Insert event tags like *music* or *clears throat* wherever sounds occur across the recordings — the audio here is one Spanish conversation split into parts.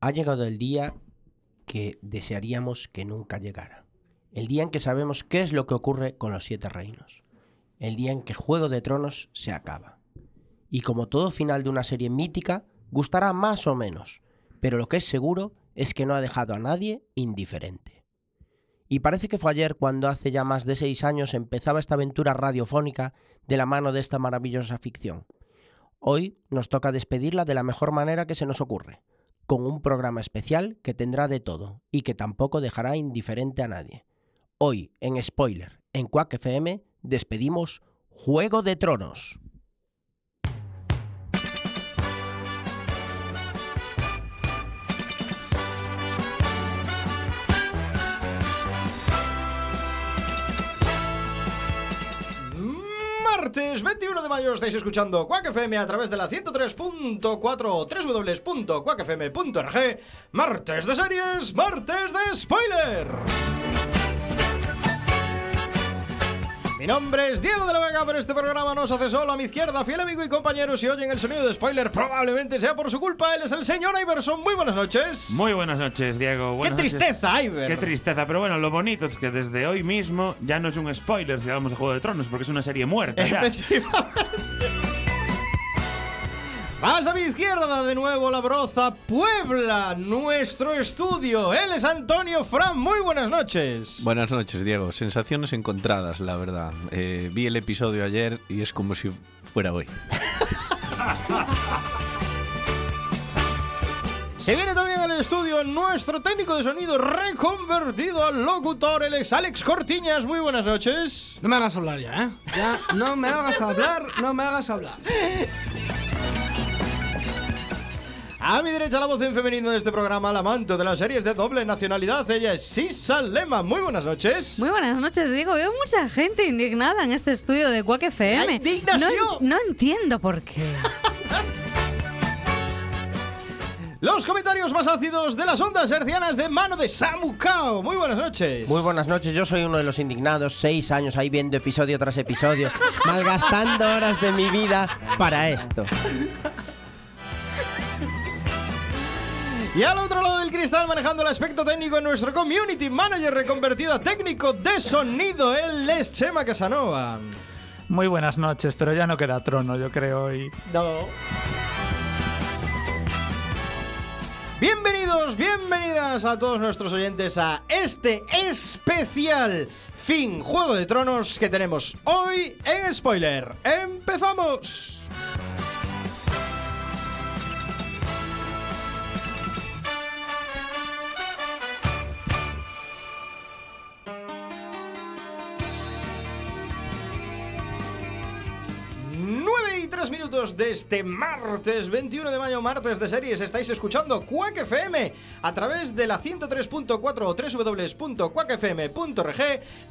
Ha llegado el día que desearíamos que nunca llegara. El día en que sabemos qué es lo que ocurre con los siete reinos. El día en que Juego de Tronos se acaba. Y como todo final de una serie mítica, gustará más o menos, pero lo que es seguro es que no ha dejado a nadie indiferente. Y parece que fue ayer cuando hace ya más de seis años empezaba esta aventura radiofónica de la mano de esta maravillosa ficción. Hoy nos toca despedirla de la mejor manera que se nos ocurre, con un programa especial que tendrá de todo y que tampoco dejará indiferente a nadie. Hoy, en Spoiler, en Quack FM, despedimos Juego de Tronos. Martes 21 de mayo estáis escuchando Quack FM a través de la 103.4 o www.quackfm.org. Martes de series, martes de spoiler. Mi nombre es Diego de la Vega, pero este programa no se hace solo a mi izquierda, fiel amigo y compañero. Si oyen el sonido de spoiler, probablemente sea por su culpa. Él es el señor Iverson. Muy buenas noches. Muy buenas noches, Diego. ¡Qué Buenas noches. tristeza, Iver! Qué tristeza, pero bueno, lo bonito es que desde hoy mismo ya no es un spoiler si hablamos de Juego de Tronos, porque es una serie muerta. ya. Efectivamente. Más a mi izquierda de nuevo la broza Puebla, nuestro estudio. Él es Antonio Fran. Muy buenas noches. Buenas noches, Diego. Sensaciones encontradas, la verdad. Eh, vi el episodio ayer y es como si fuera hoy. Se viene también al estudio nuestro técnico de sonido reconvertido al locutor, él es Alex Cortiñas. Muy buenas noches. No me hagas hablar ya, ¿eh? Ya, no me hagas hablar, no me hagas hablar. A mi derecha la voz en femenino de este programa, la amante de las series de doble nacionalidad. Ella es Sisa Lema. Muy buenas noches. Muy buenas noches, Diego. Veo mucha gente indignada en este estudio de Quack ¡La FM. indignación! No, en- no entiendo por qué. Los comentarios más ácidos de las ondas hercianas de mano de Samu Kao. Muy buenas noches. Muy buenas noches, yo soy uno de los indignados, seis años ahí viendo episodio tras *laughs* episodio, malgastando horas de mi vida para esto. Y al otro lado del cristal, manejando el aspecto técnico, nuestro community manager reconvertido a técnico de sonido, él es Chema Casanova. Muy buenas noches, pero ya no queda trono, yo creo. Y No. Bienvenidos, bienvenidas a todos nuestros oyentes a este especial fin Juego de Tronos que tenemos hoy en Spoiler. ¡Empezamos! Nueve y tres minutos de este martes 21 de mayo, martes de series. Estáis escuchando Quack FM a través de la 103.4 o www.quackfm.org,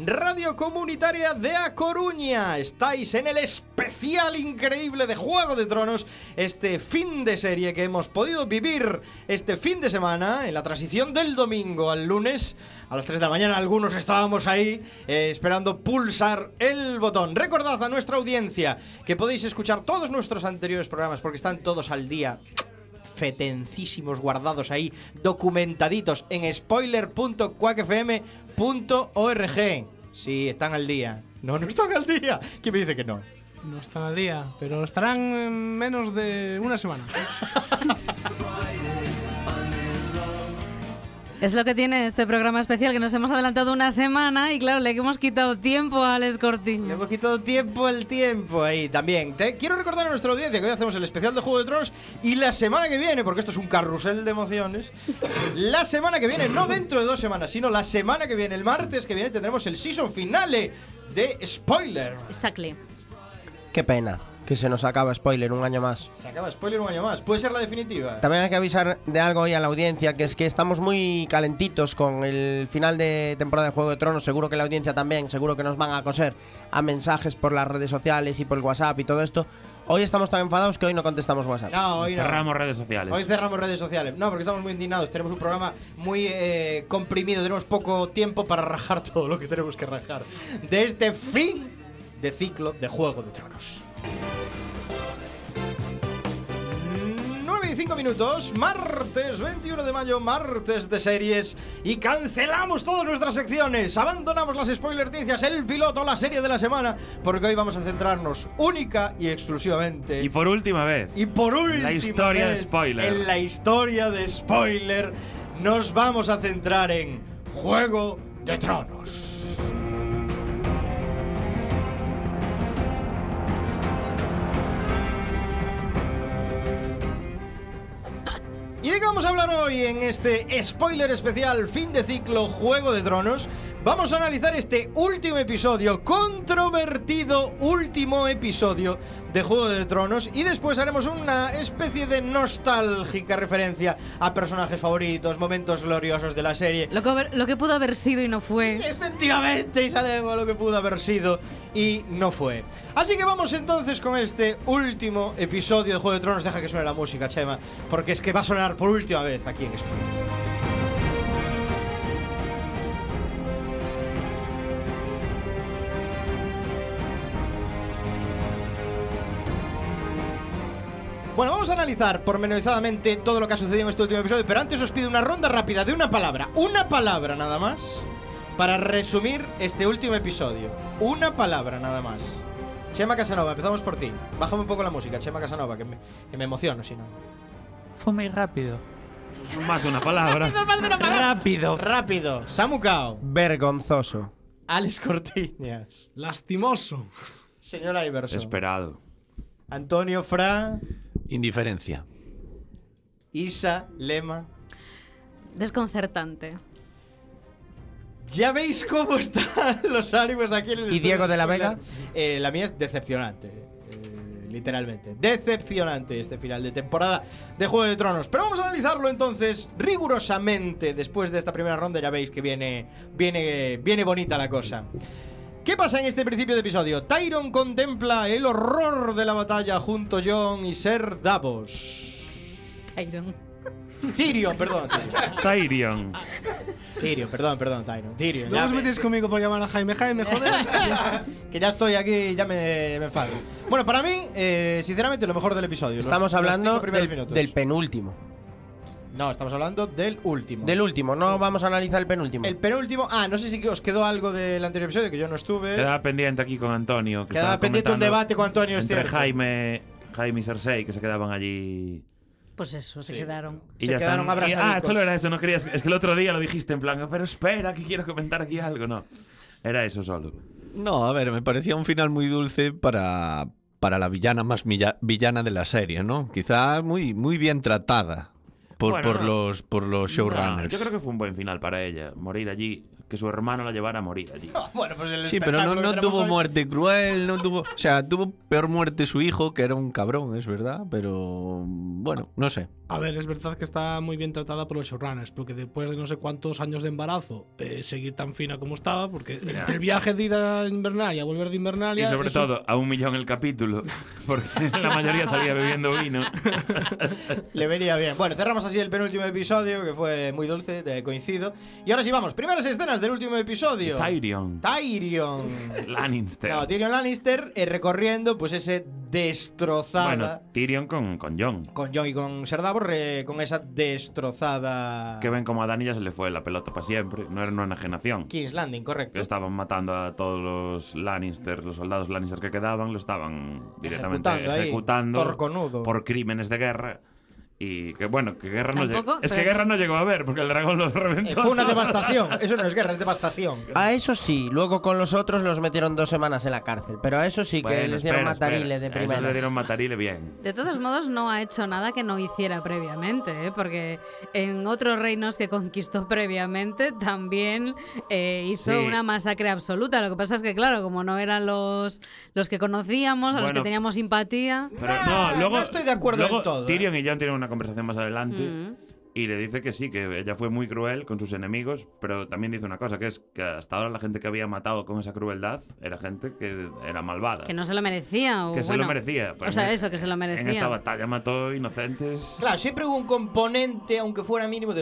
radio comunitaria de A Coruña. Estáis en el especial increíble de Juego de Tronos, este fin de serie que hemos podido vivir este fin de semana, en la transición del domingo al lunes. A las 3 de la mañana algunos estábamos ahí eh, esperando pulsar el botón. Recordad a nuestra audiencia que podéis escuchar todos nuestros anteriores programas porque están todos al día. Fetencísimos guardados ahí, documentaditos en spoiler.quackfm.org. Sí, están al día. No, no están al día. ¿Quién me dice que no? No están al día, pero estarán en menos de una semana. Es lo que tiene este programa especial, que nos hemos adelantado una semana y claro, le hemos quitado tiempo a Alex Le Cortiñas. hemos quitado tiempo al tiempo ahí también. Te quiero recordar a nuestra audiencia que hoy hacemos el especial de Juego de Tronos y la semana que viene, porque esto es un carrusel de emociones, la semana que viene, no dentro de dos semanas, sino la semana que viene, el martes que viene, tendremos el season finale de Spoiler. Exactly. Qué pena, que se nos acaba spoiler un año más. Se acaba Spoiler un año más. Puede ser la definitiva. También hay que avisar de algo hoy a la audiencia, que es que estamos muy calentitos con el final de temporada de Juego de Tronos, seguro que la audiencia también, seguro que nos van a coser a mensajes por las redes sociales y por el WhatsApp y todo esto. Hoy estamos tan enfadados que hoy no contestamos WhatsApp. No, hoy no. Cerramos redes sociales. Hoy cerramos redes sociales. No, porque estamos muy indignados. Tenemos un programa muy eh, comprimido. Tenemos poco tiempo para rajar *laughs* todo lo que tenemos que rajar. De este fin de ciclo de Juego de Tronos. 9 y 25 minutos, martes 21 de mayo, martes de series, y cancelamos todas nuestras secciones, abandonamos las spoilerticias, el piloto, la serie de la semana, porque hoy vamos a centrarnos única y exclusivamente Y por última vez. y por último, historia de spoiler. En la historia de spoiler nos vamos a centrar en Juego de Tronos. ¿Y de qué vamos a hablar hoy en este spoiler especial fin de ciclo Juego de Tronos? Vamos a analizar este último episodio, controvertido último episodio de Juego de Tronos y después haremos una especie de nostálgica referencia a personajes favoritos, momentos gloriosos de la serie. Lo que, haber- lo que pudo haber sido y no fue. Efectivamente, y sabemos lo que pudo haber sido y no fue. Así que vamos entonces con este último episodio de Juego de Tronos. Deja que suene la música, Chema, porque es que va a sonar por última vez aquí en España. Bueno, vamos a analizar pormenorizadamente todo lo que ha sucedido en este último episodio, pero antes os pido una ronda rápida de una palabra, una palabra nada más, para resumir este último episodio. Una palabra nada más. Chema Casanova, empezamos por ti. Bájame un poco la música, Chema Casanova, que me, que me emociono, si no. Fue muy rápido. Eso es más *laughs* de una palabra. Rápido. Rápido, Samucao, Vergonzoso. Alex Cortiñas, Lastimoso. señora Iverson, Esperado. Antonio Fra, Indiferencia. Isa Lema. Desconcertante. Ya veis cómo están *laughs* los ánimos aquí en el ¿Y estudio Diego de la spoiler. Vega? Eh, la mía es decepcionante. eh, Literalmente, decepcionante este final de temporada de Juego de Tronos. Pero vamos a analizarlo entonces rigurosamente después de esta primera ronda. Ya veis que viene, viene, viene bonita la cosa. ¿Qué pasa en este principio de episodio? Tyron contempla el horror de la batalla junto a Jon y Ser Davos. Tyron. *laughs* Tyrion, perdón. Tyrion. Tyrion. Tyrion, perdón, perdón, Tyrion. Tyrion. No ya os ve- metéis conmigo por llamar a Jaime. Jaime, joder. *laughs* que ya estoy aquí, ya me, me enfado. Bueno, para mí, eh, sinceramente, lo mejor del episodio. los- Estamos los hablando cinco primeros del, minutos. del penúltimo. no, estamos hablando del último. Del último, no vamos a analizar el penúltimo. el penúltimo. Ah, no sé si os quedó algo del anterior episodio que yo no estuve. Quedaba pendiente aquí con Antonio. Que Quedaba estaba pendiente un comentando debate con Antonio. es Entre cierto. Jaime, Jaime y Cersei, que se quedaban allí. Pues eso, se Sí. quedaron. Y Se ya quedaron están. Y- Ah, abrazadicos. solo era eso, no querías. Es que el otro día lo dijiste en plan, pero espera, que quiero comentar aquí algo. No. Era eso solo. No, a ver, me parecía un final muy dulce para, para la villana más milla- villana de la serie, ¿no? Quizá muy, muy bien tratada por, Bueno, por no. los, por los No, showrunners. yo creo que fue un buen final para ella. Morir allí. Que su hermano la llevara a morir *laughs* allí. Bueno, pues el Sí, pero no, espectáculo no que tenemos tuvo hoy- muerte cruel, no tuvo... O sea, tuvo peor muerte su hijo, que era un cabrón, es verdad, pero bueno, no sé. A ver, es verdad que está muy bien tratada por los showrunners, porque después de no sé cuántos años de embarazo, eh, seguir tan fina como estaba, porque entre el viaje de ida a Invernalia, volver de Invernalia. Y sobre eso- todo, a un millón el capítulo. *laughs* Porque la mayoría salía bebiendo *laughs* vino. Le venía bien. Bueno, cerramos así el penúltimo episodio, que fue muy dulce, te coincido. Y ahora sí vamos, primeras escenas del último episodio. Tyrion. Tyrion. Lannister. No, Tyrion Lannister eh, recorriendo pues ese destrozada bueno, Tyrion con, con John. con Jon y con Ser Davos, re- con esa destrozada Que ven como a Dani ya se le fue la pelota para siempre. No era una enajenación. King's Landing, correcto. Que estaban matando a todos los Lannister, los soldados Lannister que quedaban, lo estaban directamente Ejecutando ahí, ejecutando, torconudo. por crímenes de guerra. Y que bueno, que guerra no Tampoco, llegó. Es que pero- guerra no llegó a ver, porque el dragón lo Eh, reventó. *laughs* fue una devastación. Eso no es guerra, es devastación. A eso sí, luego con los otros los metieron dos semanas en la cárcel, pero a eso sí que Bueno, les dieron espera, matarile espera. de A esos le primera. dieron matarile bien. De todos modos, no ha hecho nada que no hiciera previamente, ¿eh? porque en otros reinos que conquistó previamente también eh, hizo Sí. una masacre absoluta. Lo que pasa es que, claro, como no eran los, los que conocíamos, a los que Bueno. teníamos simpatía. Pero Ah, no, luego, no estoy de acuerdo del luego todo, Tyrion y John tienen una conversación más adelante. ¿eh? Mm. Y le dice que sí, que ella fue muy cruel con sus enemigos, pero también dice una cosa, que es que hasta ahora la gente que había matado con esa crueldad era gente que era malvada. Que no se lo merecía. O, Que se bueno, lo merecía. Pues O sea, en- eso, que se lo En esta merecía. batalla mató inocentes. Claro, siempre hubo un componente, aunque fuera mínimo, de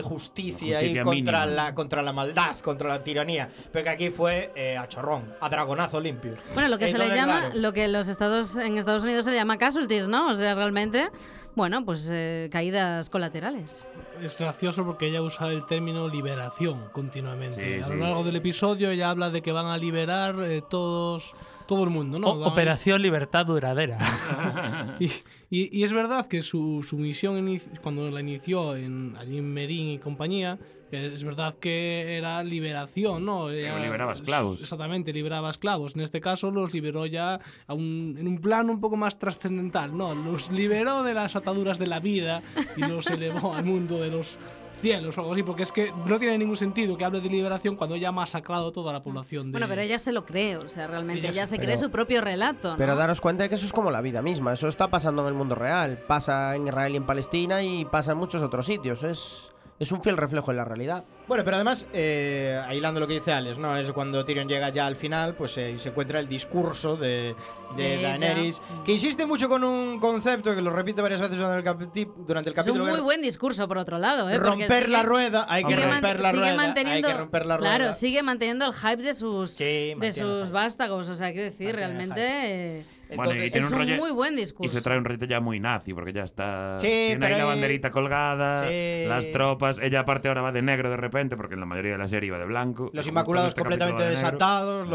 Justicia justicia, ahí contra mínima. la, contra la maldad, contra la tiranía. Pero que aquí fue eh, a chorrón, a dragonazo limpio. Bueno, lo que se le Entonces, llama, claro, lo que los estados en Estados Unidos se le llama casualties, ¿no? O sea, realmente Bueno, pues eh, caídas colaterales. Es gracioso porque ella usa el término liberación continuamente. Sí, a sí, lo largo sí. del episodio ella habla de que van a liberar eh, todos, todo el mundo, ¿no? O- Van a- Operación *laughs* Libertad Duradera. *laughs* Y, y- y es verdad que su, su misión ini- cuando la inició en allí en Merín y compañía, que es verdad que era liberación, ¿no? Era- liberaba esclavos. Exactamente, liberaba esclavos. En este caso los liberó ya a un- en un plano un poco más trascendental, ¿no? Los liberó de las ataduras de la vida y los *laughs* elevó al mundo de los cielos o algo así, porque es que no tiene ningún sentido que hable de liberación cuando ella ha masacrado toda la población de... Bueno, pero ella se lo cree, o sea, realmente Ella ella se- se cree pero- su propio relato. ¿no? Pero daros cuenta de que eso es como la vida misma, eso está pasando en el mundo real, pasa en Israel y en Palestina y pasa en muchos otros sitios, es, es un fiel reflejo de la realidad. Bueno, pero además, eh, hilando lo que dice Alex, ¿no? Es cuando Tyrion llega ya al final, pues eh, se encuentra el discurso de, de De ella. Daenerys, que insiste mucho con un concepto que lo repite varias veces durante el, capi- durante el es un capítulo. muy que- buen discurso, por otro lado. ¿eh? Porque romper la sigue- rueda, hay que sigue man- romper la sigue rueda, manteniendo- hay que romper la rueda. Claro, sigue manteniendo el hype de sus, Sí, de mantiene el sus hype. vástagos. O sea, quiero decir, Mantiene el realmente eh, Bueno, y Entonces- tiene es un, un rollo- muy buen Y discurso. se trae un rito ya muy nazi, porque ya está. Sí, tiene pero ahí la ahí- banderita colgada, Sí. las tropas. Ella, aparte, ahora va de negro de repente, porque en la mayoría de la serie iba de blanco. Los Justo en Inmaculados este completamente capítulo va de negro. desatados,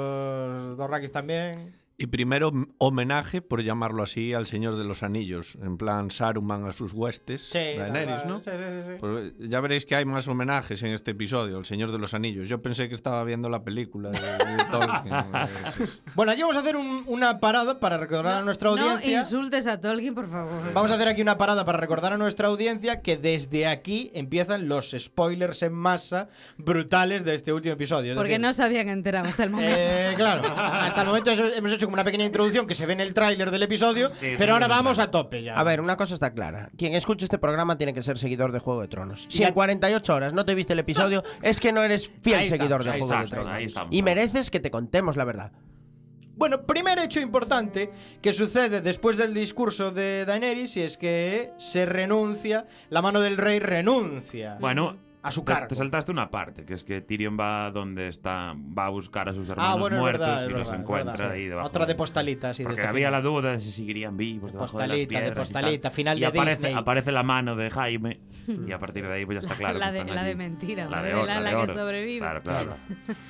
los Dorrakis también. Y primero m- homenaje, por llamarlo así, al Señor de los Anillos, en plan Saruman a sus huestes, Sí, Daenerys, tal ¿no? cual. Sí, sí, sí, sí. Pues eh, ya veréis que hay más homenajes en este episodio, El Señor de los Anillos. Yo pensé que estaba viendo la película de, de *laughs* Tolkien. eh, sí, sí. Bueno, aquí vamos a hacer un- una parada para recordar a nuestra No audiencia. insultes a Tolkien, por favor. Vamos a hacer aquí una parada para recordar a nuestra audiencia que desde aquí empiezan los spoilers en masa brutales de este último episodio. Es Porque decir, no se habían enterado hasta el momento. eh, claro, hasta el momento eso- hemos hecho como una pequeña introducción que se ve en el tráiler del episodio, pero ahora vamos a tope ya. A ver, una cosa está clara, quien escuche este programa tiene que ser seguidor de Juego de Tronos. Si Ya- en 48 horas no te viste el episodio, es que no eres fiel Ahí seguidor estamos, de ahí Juego estamos, de Tronos. ahí estamos. Y mereces que te contemos la verdad. Bueno, primer hecho importante que sucede después del discurso de Daenerys y es que se renuncia, la mano del rey renuncia Bueno. a su Te, cargo. te saltaste una parte, que es que Tyrion va donde está, va a buscar a sus hermanos Ah, es muertos verdad, es y los verdad, es encuentra verdad, sí. ahí debajo. Otra de postalitas. sí, de este Porque esta había final. la duda de si seguirían vivos De debajo de las postalita, de piedras y tal. postalita, final y de aparece, Disney. aparece la mano de Jaime y *laughs* a partir de ahí pues ya está claro. la, que de, están la de allí. mentira, La de ¿verdad? oro, la, la la de que oro. sobrevive. Claro, claro.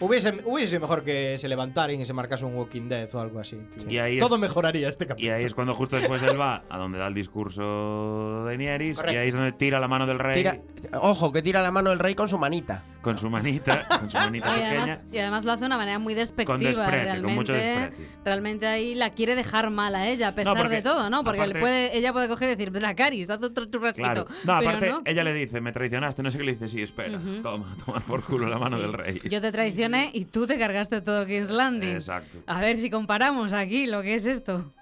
Hubiese, hubiese sido mejor que se levantaran y se marcase un Walking Dead o algo así. tío. Y ahí es- Todo mejoraría este Y capítulo. ahí es cuando justo después él va a donde da el discurso de Nieris y Correcto. ahí es donde tira la mano del rey Tira- ojo, que tira la mano del rey con su manita. con su manita, con su manita Ah, y, además, pequeña. y además lo hace de una manera muy despectiva. Con desprecio, realmente, con mucho desprecio. realmente ahí la quiere dejar mal a ella, a pesar porque, de todo, ¿no? Porque él aparte- puede, ella puede coger y decir, Dracaris, haz otro churrasquito. Claro. No, aparte, pero no. ella le dice, me traicionaste, no sé qué le dice, sí, espera, Ujú. toma, toma por culo la mano Sí. del rey. Yo te traicioné y tú te cargaste todo King's Landing. Exacto. A ver si comparamos aquí lo que es esto.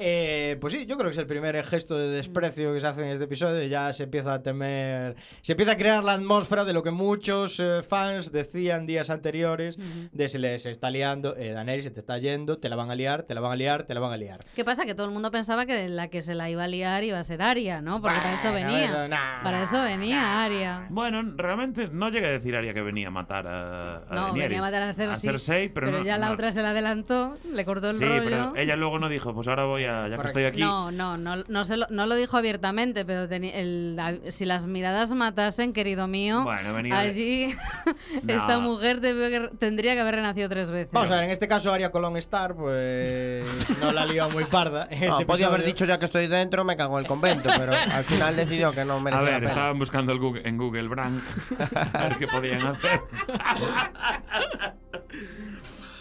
Eh, pues sí, yo creo que es el primer gesto de desprecio que se hace en este episodio. y Ya se empieza a temer. Se empieza a crear la atmósfera de lo que muchos eh, fans decían días anteriores: de se les está liando, eh, Daenerys se te está yendo, te la van a liar, te la van a liar, te la van a liar. ¿Qué pasa? Que todo el mundo pensaba que la que se la iba a liar iba a ser Aria, ¿no? Porque para eso Bueno, venía. eso, nah. para eso venía Aria. Bueno, realmente no llegué a decir Aria que venía a matar a, a No, Daenerys. venía a matar a Cersei. pero, no- ya la no. otra se la adelantó, le cortó el Sí, rollo. pero ella luego no dijo, pues ahora voy a, ya que estoy aquí, No, no, no, no, se lo, no lo dijo abiertamente, pero teni- el- la- si las miradas matasen, querido mío, Bueno, venía de- allí *laughs* esta No. mujer debe que- tendría que haber renacido tres veces. Vamos a ver, en este caso, Aria Colón Star, *laughs* pues. No la ha liado muy parda. en No, este Ah, podía haber episodio. dicho ya que estoy dentro, me cago en el convento, pero al final decidió que no A merecía ver, la pena. estaban buscando el Google- en Google Brand *laughs* a ver qué podían hacer.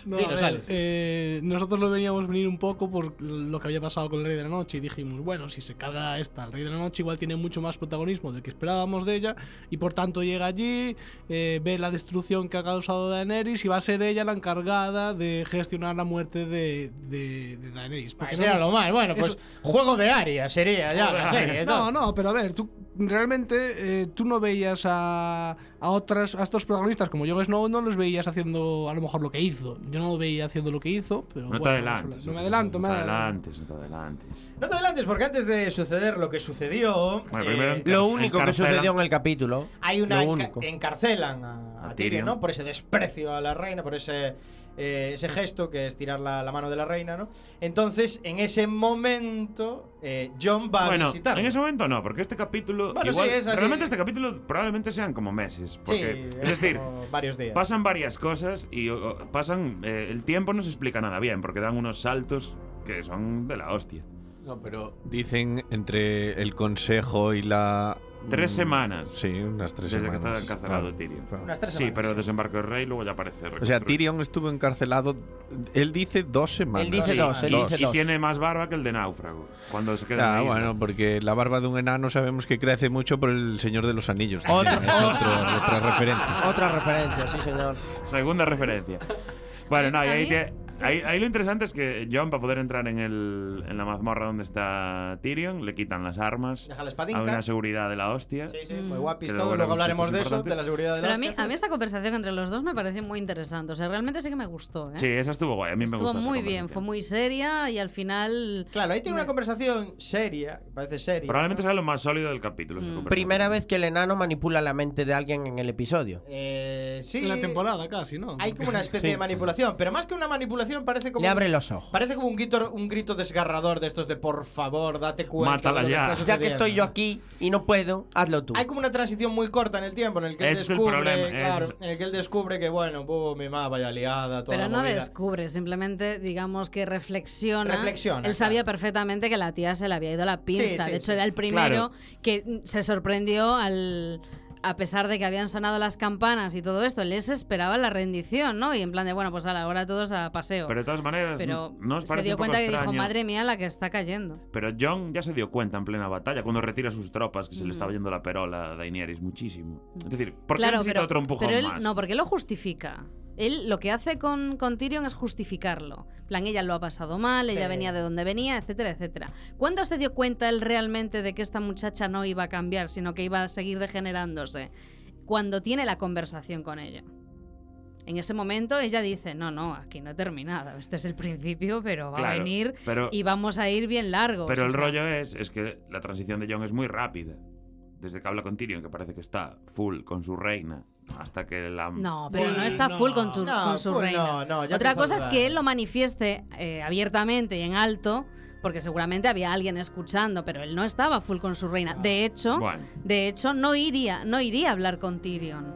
No, Dinos, a ver, Alex. eh, nosotros lo veníamos venir un poco por lo que había pasado con el Rey de la Noche y dijimos, bueno, si se carga esta, el Rey de la Noche igual tiene mucho más protagonismo del que esperábamos de ella y por tanto llega allí, eh, ve la destrucción que ha causado Daenerys y va a ser ella la encargada de gestionar la muerte de, de- de Daenerys. Ah, Porque Eso era no- lo mal. Bueno, pues Eso- juego de Aria sería ya la serie. No, No, no, pero a ver, tú realmente eh, tú no veías a, a otras a estos protagonistas como Jon Snow no los veías haciendo a lo mejor lo que hizo. Yo no lo veía haciendo lo que hizo, pero No te bueno, adelantes. No me adelanto, me No te adelanto. adelantes, no te adelantes. no te adelantes, porque antes de suceder lo que sucedió. Bueno, eh, primero- Lo único que Encarcelan. sucedió en el capítulo. hay una. Lo enca- único. encarcelan a, A a Tyrion, Tyrion. ¿no? Por ese desprecio a la reina, por ese. eh, ese gesto que es tirar la, la mano de la reina, ¿no? Entonces, en ese momento, eh, John va a bueno, visitar. en ese momento no, porque este capítulo. Bueno, igual- sí, es así. Realmente este capítulo probablemente sean como meses. Sí, Porque, es es decir, como varios días. pasan varias cosas y o, o, pasan. eh, el tiempo no se explica nada bien, porque dan unos saltos que son de la hostia. No, pero dicen entre el consejo y la. Tres mm, semanas. Sí, unas tres Desde que semanas. está encarcelado Claro, Tyrion. claro. Unas tres Sí, semanas, pero desembarco del rey luego ya aparece. O sea, reconstruido. Tyrion estuvo encarcelado. Él dice dos semanas. Él dice Sí, dos, él dos. dice Y dos. tiene más barba que el de náufrago. Cuando se queda. Ah, en la isla. bueno, porque la barba de un enano sabemos que crece mucho por el Señor de los Anillos. Otro- también. es otro- otra referencia. Otra referencia, sí, señor. Segunda referencia. Bueno, no, y ahí, ¿Está tie- ahí- ahí lo interesante es que John, para poder entrar en, el, en la mazmorra donde está Tyrion, le quitan las armas. Deja la Hay espadinca. una seguridad de la hostia. Sí, sí, Mm. muy guapis Que luego todo. veremos Luego que hablaremos esto de es eso, importante. de la seguridad de Pero la a mí, hostia. a mí esa conversación entre los dos me pareció muy interesante. O sea, realmente sí que me gustó, ¿eh? Sí, esa estuvo guay. A mí me Estuvo gustó. esa muy bien, conversación. fue muy seria y al final. Claro, ahí tiene una Me- conversación seria, que parece seria. Probablemente sea lo más sólido del capítulo. esa Mm. conversación. Primera vez que el enano manipula la mente de alguien en el episodio. Eh, sí. En la temporada casi, ¿no? Hay como una especie de manipulación, pero más que una manipulación parece como Le abre un, los ojos. parece como un grito, un grito desgarrador de estos de por favor, date cuenta. Mátala de lo ya. está Ya que sucediendo". estoy yo aquí y no puedo, hazlo tú. Hay como una transición muy corta en el tiempo en el que él Ese es el descubre, problema, ese claro, es- en el que él descubre que bueno, buh, mi mamá vaya liada, toda Pero la no movida. descubre, simplemente digamos que reflexiona. Reflexiona, Él sabía claro. perfectamente que la tía se le había ido la pinza. sí, de hecho, sí. era el primero que mm, se sorprendió al. A pesar de que habían sonado las campanas y todo esto, les esperaba la rendición, ¿no? Y en plan de, bueno, pues a la hora todos a paseo. Pero de todas maneras, Pero ¿no os se parece un dio poco cuenta que dijo, extraño? madre mía, la que está cayendo. Pero John ya se dio cuenta en plena batalla cuando retira sus tropas que se le Mm. estaba yendo la perola a Daenerys muchísimo. Es decir, ¿por qué claro, necesita pero, otro empujón pero él, más? No, porque lo justifica. Él lo que hace con, con Tyrion es justificarlo. En plan, ella lo ha pasado mal, ella Sí. venía de donde venía, etcétera, etcétera. ¿Cuándo se dio cuenta él realmente de que esta muchacha no iba a cambiar, sino que iba a seguir degenerándose? Cuando tiene la conversación con ella. En ese momento ella dice, no, no, aquí no he terminado. Este es el principio, pero va a Claro, venir pero- y vamos a ir bien largos. Pero O el sea, rollo es, es que la transición de John es muy rápida. Desde que habla con Tyrion, que parece que está full con su reina, hasta que la... No, pero Sí, no está no. full con, tu- No, con su full reina. no, no, ya Otra empezó cosa a es dudar. que él lo manifieste eh, abiertamente y en alto, porque seguramente había alguien escuchando, pero él no estaba full con su reina. De hecho, Bueno, de hecho no iría, no iría a hablar con Tyrion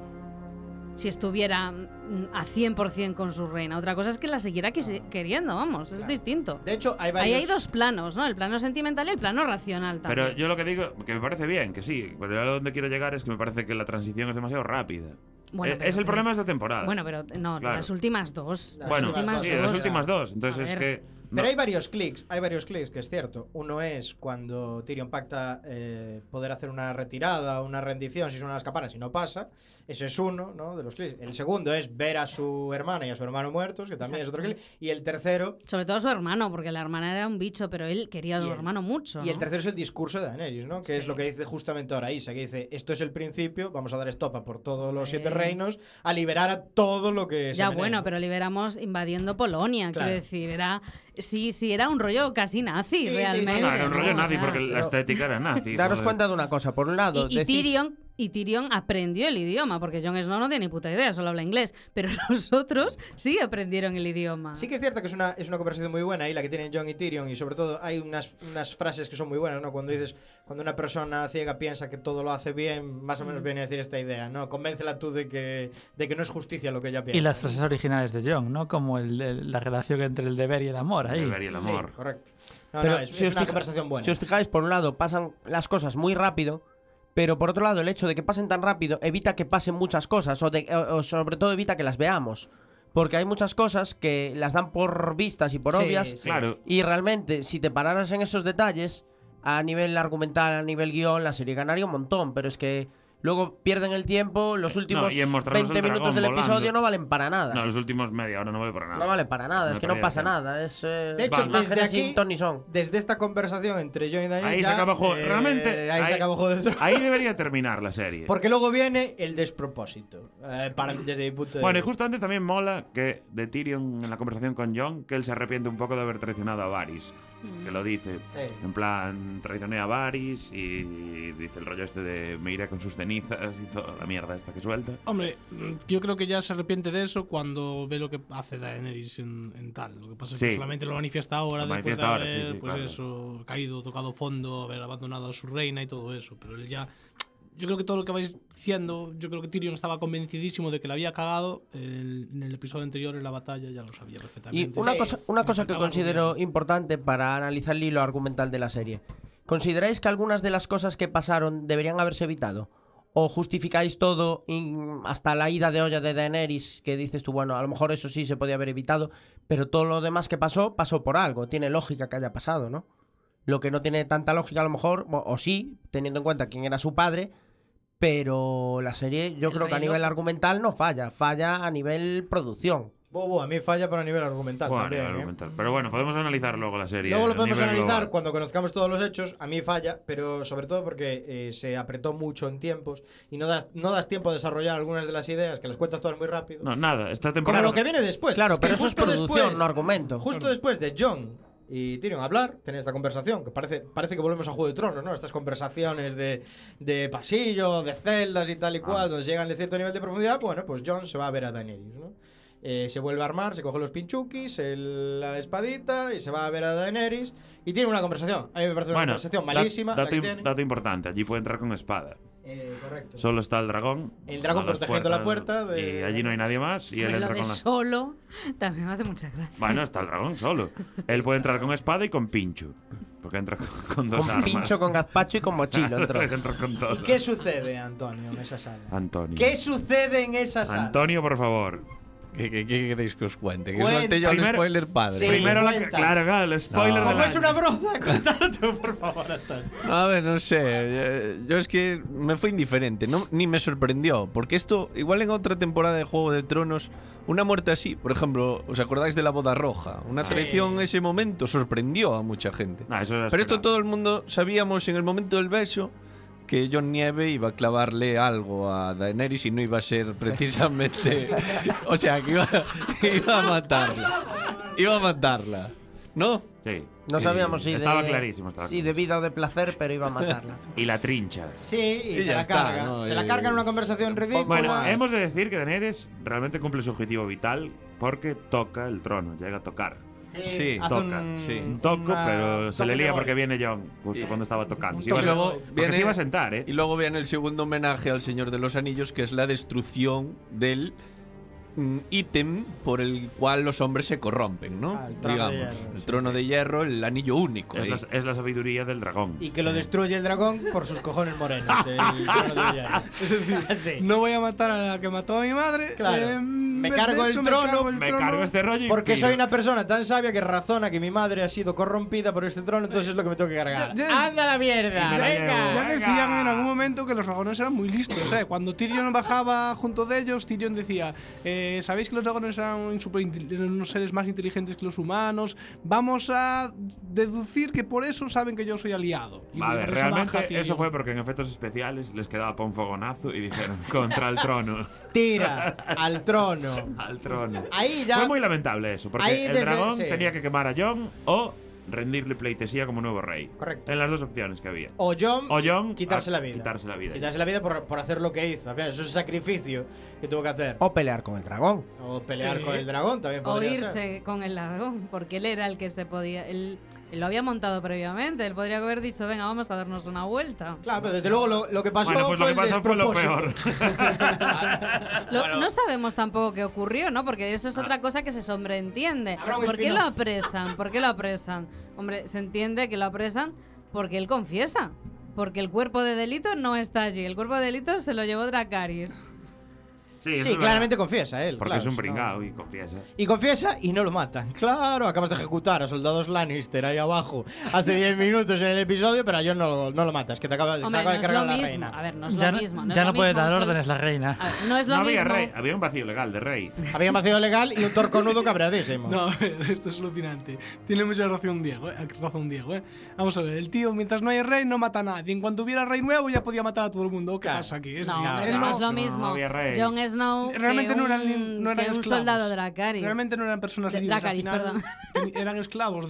si estuviera mm, a 100% con su reina. Otra cosa es que la siguiera quisi- queriendo, vamos, es distinto. De hecho, hay Ahí varios hay dos planos, ¿no? El plano sentimental y el plano racional también. pero yo lo que digo, que me parece bien, que sí, pero yo a donde quiero llegar es que me parece que la transición es demasiado rápida. Bueno, Eh, pero- es el pero- problema de esta temporada. Bueno, pero no, Claro. las últimas dos. Las bueno, últimas sí, dos, las o sea. últimas dos. Entonces A es ver. que... no- Pero hay varios clics, hay varios clics, que es cierto. Uno es cuando Tyrion pacta eh, poder hacer una retirada, una rendición, si suenan las campanas y no pasa. Ese es uno, ¿no? De los clics. El segundo es ver a su hermana y a su hermano muertos, que también es otro clic. Y el tercero, Sobre todo su hermano, porque la hermana era un bicho, pero él quería a Y su el- hermano mucho. y el ¿no? tercero es el discurso de Daenerys, ¿no? Que es Sí. lo que dice justamente ahora Isa, que dice, esto es el principio, vamos a dar estopa por todos los siete Eh. reinos, a liberar a todo lo que se Ya menee, bueno, ¿no? pero liberamos invadiendo Polonia, Claro. quiero decir, era sí, sí era un rollo casi nazi Sí, sí, realmente. sí, No, era un ¿no? rollo O nazi, sea, porque la pero- estética era nazi. Daros joder. cuenta de una cosa. Por un lado, y, y decís- Tyrion y Tyrion aprendió el idioma, porque Jon Snow no tiene ni puta idea, solo habla inglés, pero *laughs* los otros sí aprendieron el idioma. Sí que es cierto que es una, es una conversación muy buena ahí la que tienen John y Tyrion y sobre todo hay unas, unas frases que son muy buenas, ¿no? Cuando dices, cuando una persona ciega piensa que todo lo hace bien, más o Mm. menos viene a decir esta idea, ¿no? Convéncela tú de que, de que no es justicia lo que ella piensa. Y las frases originales de John, ¿no? Como el- el- la relación entre el deber y el amor ahí. El deber y el Sí, amor. correcto. No, Pero no, es, si es os una fija- conversación buena. Si os fijáis, por un lado pasan las cosas muy rápido, pero por otro lado el hecho de que pasen tan rápido evita que pasen muchas cosas, o, de- o- o sobre todo evita que las veamos. Porque hay muchas cosas que las dan por vistas y por Sí, obvias, sí. Claro, y realmente si te pararas en esos detalles, a nivel argumental, a nivel guión, la serie ganaría un montón, pero es que luego pierden el tiempo, los últimos Eh, y en mostrarnos 20 el dragón minutos del volando. episodio no valen para nada. no, los últimos media hora no vale para nada. No vale para nada, Es es, una que no pérdida de pasa tiempo. nada. Es, eh, De hecho, Vale. imágenes desde aquí, sin ton ni son. desde esta conversación entre John y Daniel, Ahí se ya, acaba juego. eh, Realmente, Ahí, se ahí- acaba juego de tronos. Ahí debería terminar la serie. Porque luego viene el despropósito. eh, para, desde mi punto de Bueno, y vista. justo antes también mola que de Tyrion en la conversación con Jon, que él se arrepiente un poco de haber traicionado a Varys. que lo dice. Sí. En plan, traicioné a Varys y dice el rollo este de me iré con sus cenizas y toda la mierda esta que suelta. Hombre, mm, yo creo que ya se arrepiente de eso cuando ve lo que hace Daenerys en, en tal. Lo que pasa es que Sí. solamente lo manifiesta ahora, Lo después de manifiesta ahora, sí, haber, sí, pues claro. eso, caído, tocado fondo, haber abandonado a su reina y todo eso. Pero él ya. Yo creo que todo lo que vais diciendo, yo creo que Tyrion estaba convencidísimo de que la había cagado. el- en el episodio anterior, en la batalla, ya lo sabía Y perfectamente. una Sí. cosa, una cosa que Estaba considero importante para analizar el hilo argumental de la serie. ¿Consideráis que algunas de las cosas que pasaron deberían haberse evitado? ¿O justificáis todo in- hasta la ida de olla de Daenerys que dices tú, bueno, a lo mejor eso sí se podía haber evitado, pero todo lo demás que pasó pasó por algo, tiene lógica que haya pasado, ¿no? Lo que no tiene tanta lógica a lo mejor, o, o sí, teniendo en cuenta quién era su padre, pero la serie yo El creo que a rey nivel loco. argumental no falla, falla a nivel producción. Bobo, a mí falla pero a nivel argumental Bueno, también, ya lo ¿eh? comentar. Pero bueno, podemos analizar luego la serie. Luego a lo podemos nivel analizar global. cuando conozcamos todos los hechos. A mí falla, pero sobre todo porque eh, se apretó mucho en tiempos y no das, no das tiempo a desarrollar algunas de las ideas, que las cuentas todas muy rápido. No, nada, esta Como temporada. lo que viene después. Claro, Es que pero eso es justo producción, después- no argumento. Justo después de John y Tyrion hablar, tener esta conversación, que parece, parece que volvemos a Juego de Tronos, ¿no? Estas conversaciones de, de pasillo, de celdas y Ah. tal y cual, donde llegan de cierto nivel de profundidad, bueno, pues John se va a ver a Daenerys, ¿no? Eh, se vuelve a armar, se coge los pinchukis, el- la espadita y se va a ver a Daenerys y tiene una conversación. A mí me parece una Bueno, conversación da- malísima. la dato, que im- tiene. dato importante, allí puede entrar con espada. Eh, correcto. Solo está el dragón. El dragón a las protegiendo la puerta de- Y allí no hay nadie más. Y él Hombre, entra lo con de la. solo también me hace mucha gracia. Bueno, está el dragón solo. Él puede entrar con espada y con pincho. Porque entra con, con dos Con armas. pincho, con gazpacho y *laughs* con mochila entró. entra con todo. ¿Y qué sucede, Antonio, en *laughs* esa sala? Antonio. ¿Qué sucede en esa sala? Antonio, por favor. ¿Qué, qué- qué queréis que os cuente? Que Cuenta. suelte yo el Primero- spoiler padre. Sí. Primero la. cuenta. Claro, claro, el spoiler No. de Como la. es una broza, *laughs* contártelo, por favor, Antonio. A ver, no sé. eh, Yo es que me fue indiferente. No, ni me sorprendió. Porque esto, igual en otra temporada de Juego de Tronos, una muerte así, por ejemplo, ¿os acordáis de la boda roja? Una traición en ese momento sorprendió a mucha gente. No, Ah, eso era Pero esto esperado. todo el mundo sabíamos en el momento del beso que John Nieve iba a clavarle algo a Daenerys y no iba a ser precisamente. *laughs* o sea, que iba, *laughs* iba a matarla. Iba a matarla. ¿No? Sí. No Sí, sabíamos si estaba de, clarísimo, estaba si de vida o de placer, pero iba a matarla. Y la trincha. Sí, y, Y se ya la está, carga. ¿no? Se la Eh, carga en *laughs* una conversación ridícula. Bueno, hemos de decir que Daenerys realmente cumple su objetivo vital porque toca el trono, llega a tocar. Sí, hace toca, un- sí. Un toco, una- pero se toque le de lía gol. porque viene John, justo Y- cuando estaba tocando. un Se iba, a, toque luego sen- porque viene- se iba a sentar, ¿eh? Y luego vean el segundo homenaje al Señor de los Anillos, que es la destrucción del mm, ítem por el cual los hombres se corrompen, ¿no? Ah, el trono de Digamos, hierro, el sí, trono de hierro, el anillo único. ¿eh? Es ahí. la, es la sabiduría del dragón. Y que lo destruye el dragón por sus cojones morenos. *laughs* el trono de hierro. Es decir, Así. no voy a matar a la que mató a mi madre. Claro. eh, en Me vez de cargo el eso, trono, Me cargo este rollo y Porque piro. soy una persona tan sabia que razona que mi madre ha sido corrompida por este trono, entonces es lo que me tengo que cargar. Ah, Ya- ya- ¡Anda a la mierda! Y me la ¡Venga! llevo. Ya Venga. decían en algún momento que los dragones eran muy listos, ¿eh? Cuando Tyrion bajaba junto de ellos, Tyrion decía, eh, ¿sabéis que los dragones eran, superintel- eran unos seres más inteligentes que los humanos? Vamos a deducir que por eso saben que yo soy aliado. Y Vale, por eso baja realmente Tyrion. eso fue porque en efectos especiales les quedaba para un fogonazo y dijeron *laughs* contra el trono. *laughs* Tira al trono. *laughs* al trono. Ahí ya. Fue muy lamentable eso, porque Ahí el desde- dragón sí. tenía que quemar a John o rendirle pleitesía como nuevo rey. Correcto. En las dos opciones que había. O John. O John Quitarse a- la vida. Quitarse la vida. Quitarse la vida por, por hacer lo que hizo. Al final, eso es un sacrificio que tuvo que hacer. O pelear con el dragón. O pelear Eh, con el dragón también O podría ser. irse con el dragón, porque él era el que se podía. Él, él lo había montado previamente. Él podría haber dicho, venga, vamos a darnos una vuelta. Claro, Ah, pero desde luego lo, lo que pasó Bueno, pues lo fue que pasó el fue lo peor. *laughs* despropósito. Lo- No sabemos tampoco qué ocurrió, ¿no? Porque eso es Ah. otra cosa que se sobreentiende. Habrá un ¿Por qué lo spin-off. apresan? ¿Por qué lo apresan? Hombre, se entiende que lo apresan porque él confiesa. Porque el cuerpo de delito no está allí. El cuerpo de delito se lo llevó Dracaris. Sí, eso es Sí, verdad. claramente confiesa él. Porque claro, es un si no- pringao y confiesa. Y confiesa y no lo matan. Claro, acabas de ejecutar a soldados Lannister ahí abajo hace 10 minutos en el episodio, pero a John no, lo- no lo matas, que te acaba, se Hombre, no acaba de es cargar lo la mismo. reina. A ver, no es ya lo no, mismo. ya es no lo puedes mismo dar un sol- órdenes la reina. A ver, No es lo No había mismo. rey, había un vacío legal de rey. Había un vacío legal y un torconudo cabreadísimo. *laughs* No, a ver, esto es alucinante. Tiene mucha razón Diego, ¿eh? razón Diego, ¿eh? Vamos a ver, el tío, mientras no hay rey, no mata a nadie. En cuanto hubiera rey nuevo, ya podía matar a todo el mundo. ¿Qué Claro. pasa aquí? Es No, decir, hombre, él no no- es lo no mismo. había rey. John es Snow. que Realmente no eran- un- no eran que un esclavos. soldado Dracarys. Realmente no eran personas De- libres. al Dracarys, final, perdón. ten- Eran esclavos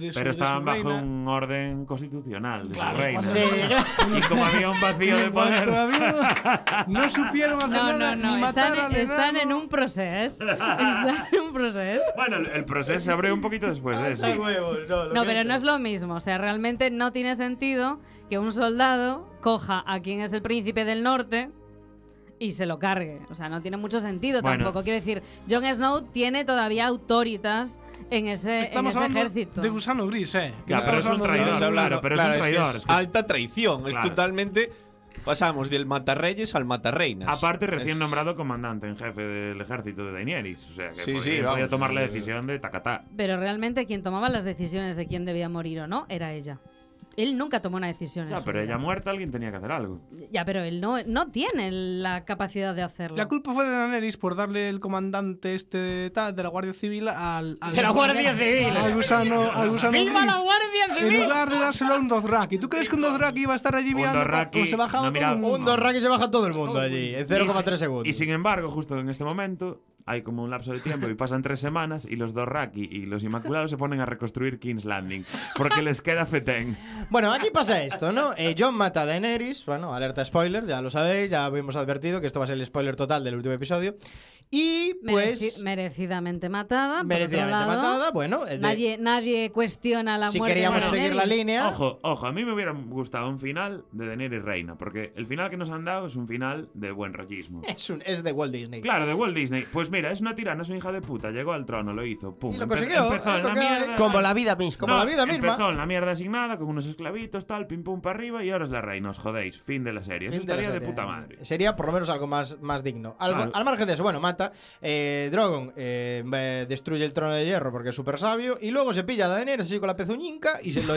*laughs* de su, Pero de su estaban bajo reina. un orden constitucional de su Claro, reina. *laughs* cuando- Y como había un vacío de Cuando poder. *laughs* había- *laughs* No supieron hacer No, no, nada, no. ni matar Están, al están en enano. un *laughs* proceso. Están en un proceso. Bueno, el- el proceso se abrió un poquito después de eso. No, pero no es lo mismo. O sea, realmente no tiene sentido que un soldado coja a quien es el príncipe del norte y se lo cargue. O sea, no tiene mucho sentido Bueno. tampoco. Quiero decir, Jon Snow tiene todavía autoritas en ese, en Estamos ese hablando ejército. de gusano gris, eh. Ah, Que Ya, no pero estamos es un hablando de- traidor. Estamos hablando- claro, pero es un que traidor, es que- alta traición. Es Claro. totalmente. Pasamos del matarreyes al matarreinas. Aparte, recién Es- nombrado comandante en jefe del ejército de Daenerys. O sea, que Sí, podía, sí, podía vamos, tomar la eh, decisión de tacatá. Pero realmente quien tomaba las decisiones de quién debía morir o no era ella. Él nunca tomó una decisión. en Ya, su pero vida. ella muerta, alguien tenía que hacer algo. Ya, pero él no, no tiene la capacidad de hacerlo. La culpa fue de Daenerys por darle el comandante este de, tal, de la Guardia Civil al, al De la Guardia Civil. al gusano, al gusano ¡Viva gris. la Guardia En Civil! lugar de dárselo a un Dothraki. ¿Tú crees que un Dothraki iba a estar allí Un mirando Dothraki cómo se bajaba no todo miraba. el mundo? Un Un Dorra que se baja todo el mundo allí, en 0,3 Oh, Y si- segundos. Y sin embargo, justo en este momento, hay como un lapso de tiempo y pasan tres semanas y los Dorraki y los Inmaculados se ponen a reconstruir King's Landing porque les queda Feten. Bueno, aquí pasa esto, ¿no? Eh, John mata a Daenerys, bueno, alerta spoiler, ya lo sabéis, ya habíamos advertido que esto va a ser el spoiler total del último episodio. Y Mereci- pues, merecidamente matada. por otro merecidamente lado. matada, bueno, eh, de- Nadie, nadie cuestiona *laughs* la si muerte de queríamos Bueno, seguir la Daenerys. línea, Ojo, ojo, a mí me hubiera gustado un final de Daenerys Reina, porque el final que nos han dado es un final de buen rollismo. es, un- es de Walt Disney. Claro, de Walt Disney. Pues mira, es una tirana, es una hija de puta. Llegó al trono, lo hizo, pum. Y lo empe- consiguió, Empezó es en lo la que hay. mierda. Como la vida misma. Como la vida misma. Empezó en la mierda asignada, con unos esclavitos, tal, pim pum para arriba, y ahora es la reina, os jodéis. Fin de la serie. Eso Fin de la estaría de, serie. puta madre. Sería por lo menos algo más, más digno. Al, Claro. al margen de eso, bueno, mata. Eh, Drogon eh, eh, destruye el trono de hierro porque es súper sabio. Y luego se pilla a Daenerys así con la pezuñinca y se lo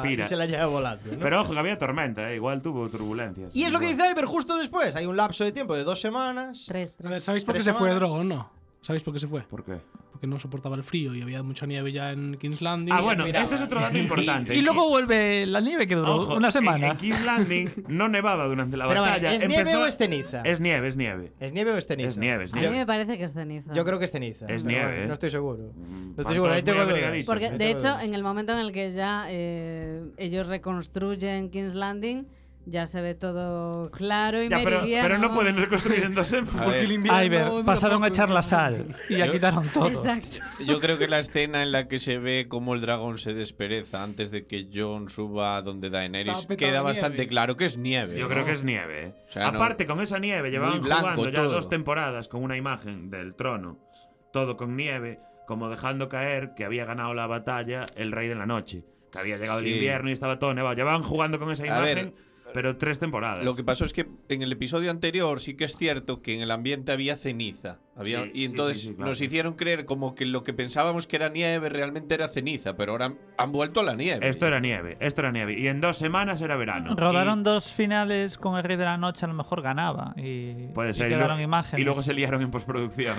*laughs* Y pira. y se la lleva volando. ¿no? Pero ojo, que había tormenta, eh, igual tuvo turbulencias. y es lo que Igual. dice Iber justo después. Hay un lapso de tiempo de dos semanas. Tres, A tres. ver, ¿Sabéis por qué Tres se fue semanas. Drogon? No. ¿Sabéis por qué se fue? ¿Por qué? Porque no soportaba el frío y había mucha nieve ya en King's Landing. Ah, bueno, este es otro dato importante. Y, y luego vuelve la nieve que duró Ojo, una en- semana. En, King's Landing no nevaba durante la Pero batalla. vale, ¿es nieve Empezó- o es ceniza? Es nieve, es nieve. ¿Es nieve o es ceniza? Es nieve, es A mí me nieve. parece que es ceniza. Yo, creo que es ceniza. Es pero nieve, bueno, eh. No estoy seguro. Mm, No van estoy seguro, ahí todos tengo muy dudas. abrigaditos. Porque, Sí, de tengo hecho, dudas. en el momento en el que ya eh, ellos reconstruyen King's Landing, ya se ve todo claro y Ya, pero, meridiano. pero no pueden reconstruir en *laughs* dos A semanas. ver, Ay, ver, pasaron a echar la sal y ya Yo- quitaron todo. Exacto. Yo creo que la escena en la que se ve cómo el dragón se despereza antes de que Jon suba a donde Estaba Daenerys petado queda de bastante nieve. claro que es nieve. Yo creo que es nieve. eh. O sea, no- Aparte, con esa nieve llevaban blanco jugando ya todo. dos temporadas con una imagen del trono, todo con nieve, como dejando caer que había ganado la batalla el Rey de la Noche, que había llegado el Sí. invierno y estaba todo nevado. Llevaban jugando con esa A ver, imagen, pero tres temporadas. Lo que pasó es que en el episodio anterior sí que es cierto que en el ambiente había ceniza. Había, Sí, sí, y entonces sí, sí, claro. nos hicieron creer como que lo que pensábamos que era nieve realmente era ceniza, pero ahora han- han vuelto a la nieve. Esto era nieve, esto era nieve. Y en dos semanas era verano. Rodaron Y- dos finales con el Rey de la Noche, a lo mejor ganaba. Y, Puede y ser. y quedaron luego- imágenes. y luego se liaron en postproducción.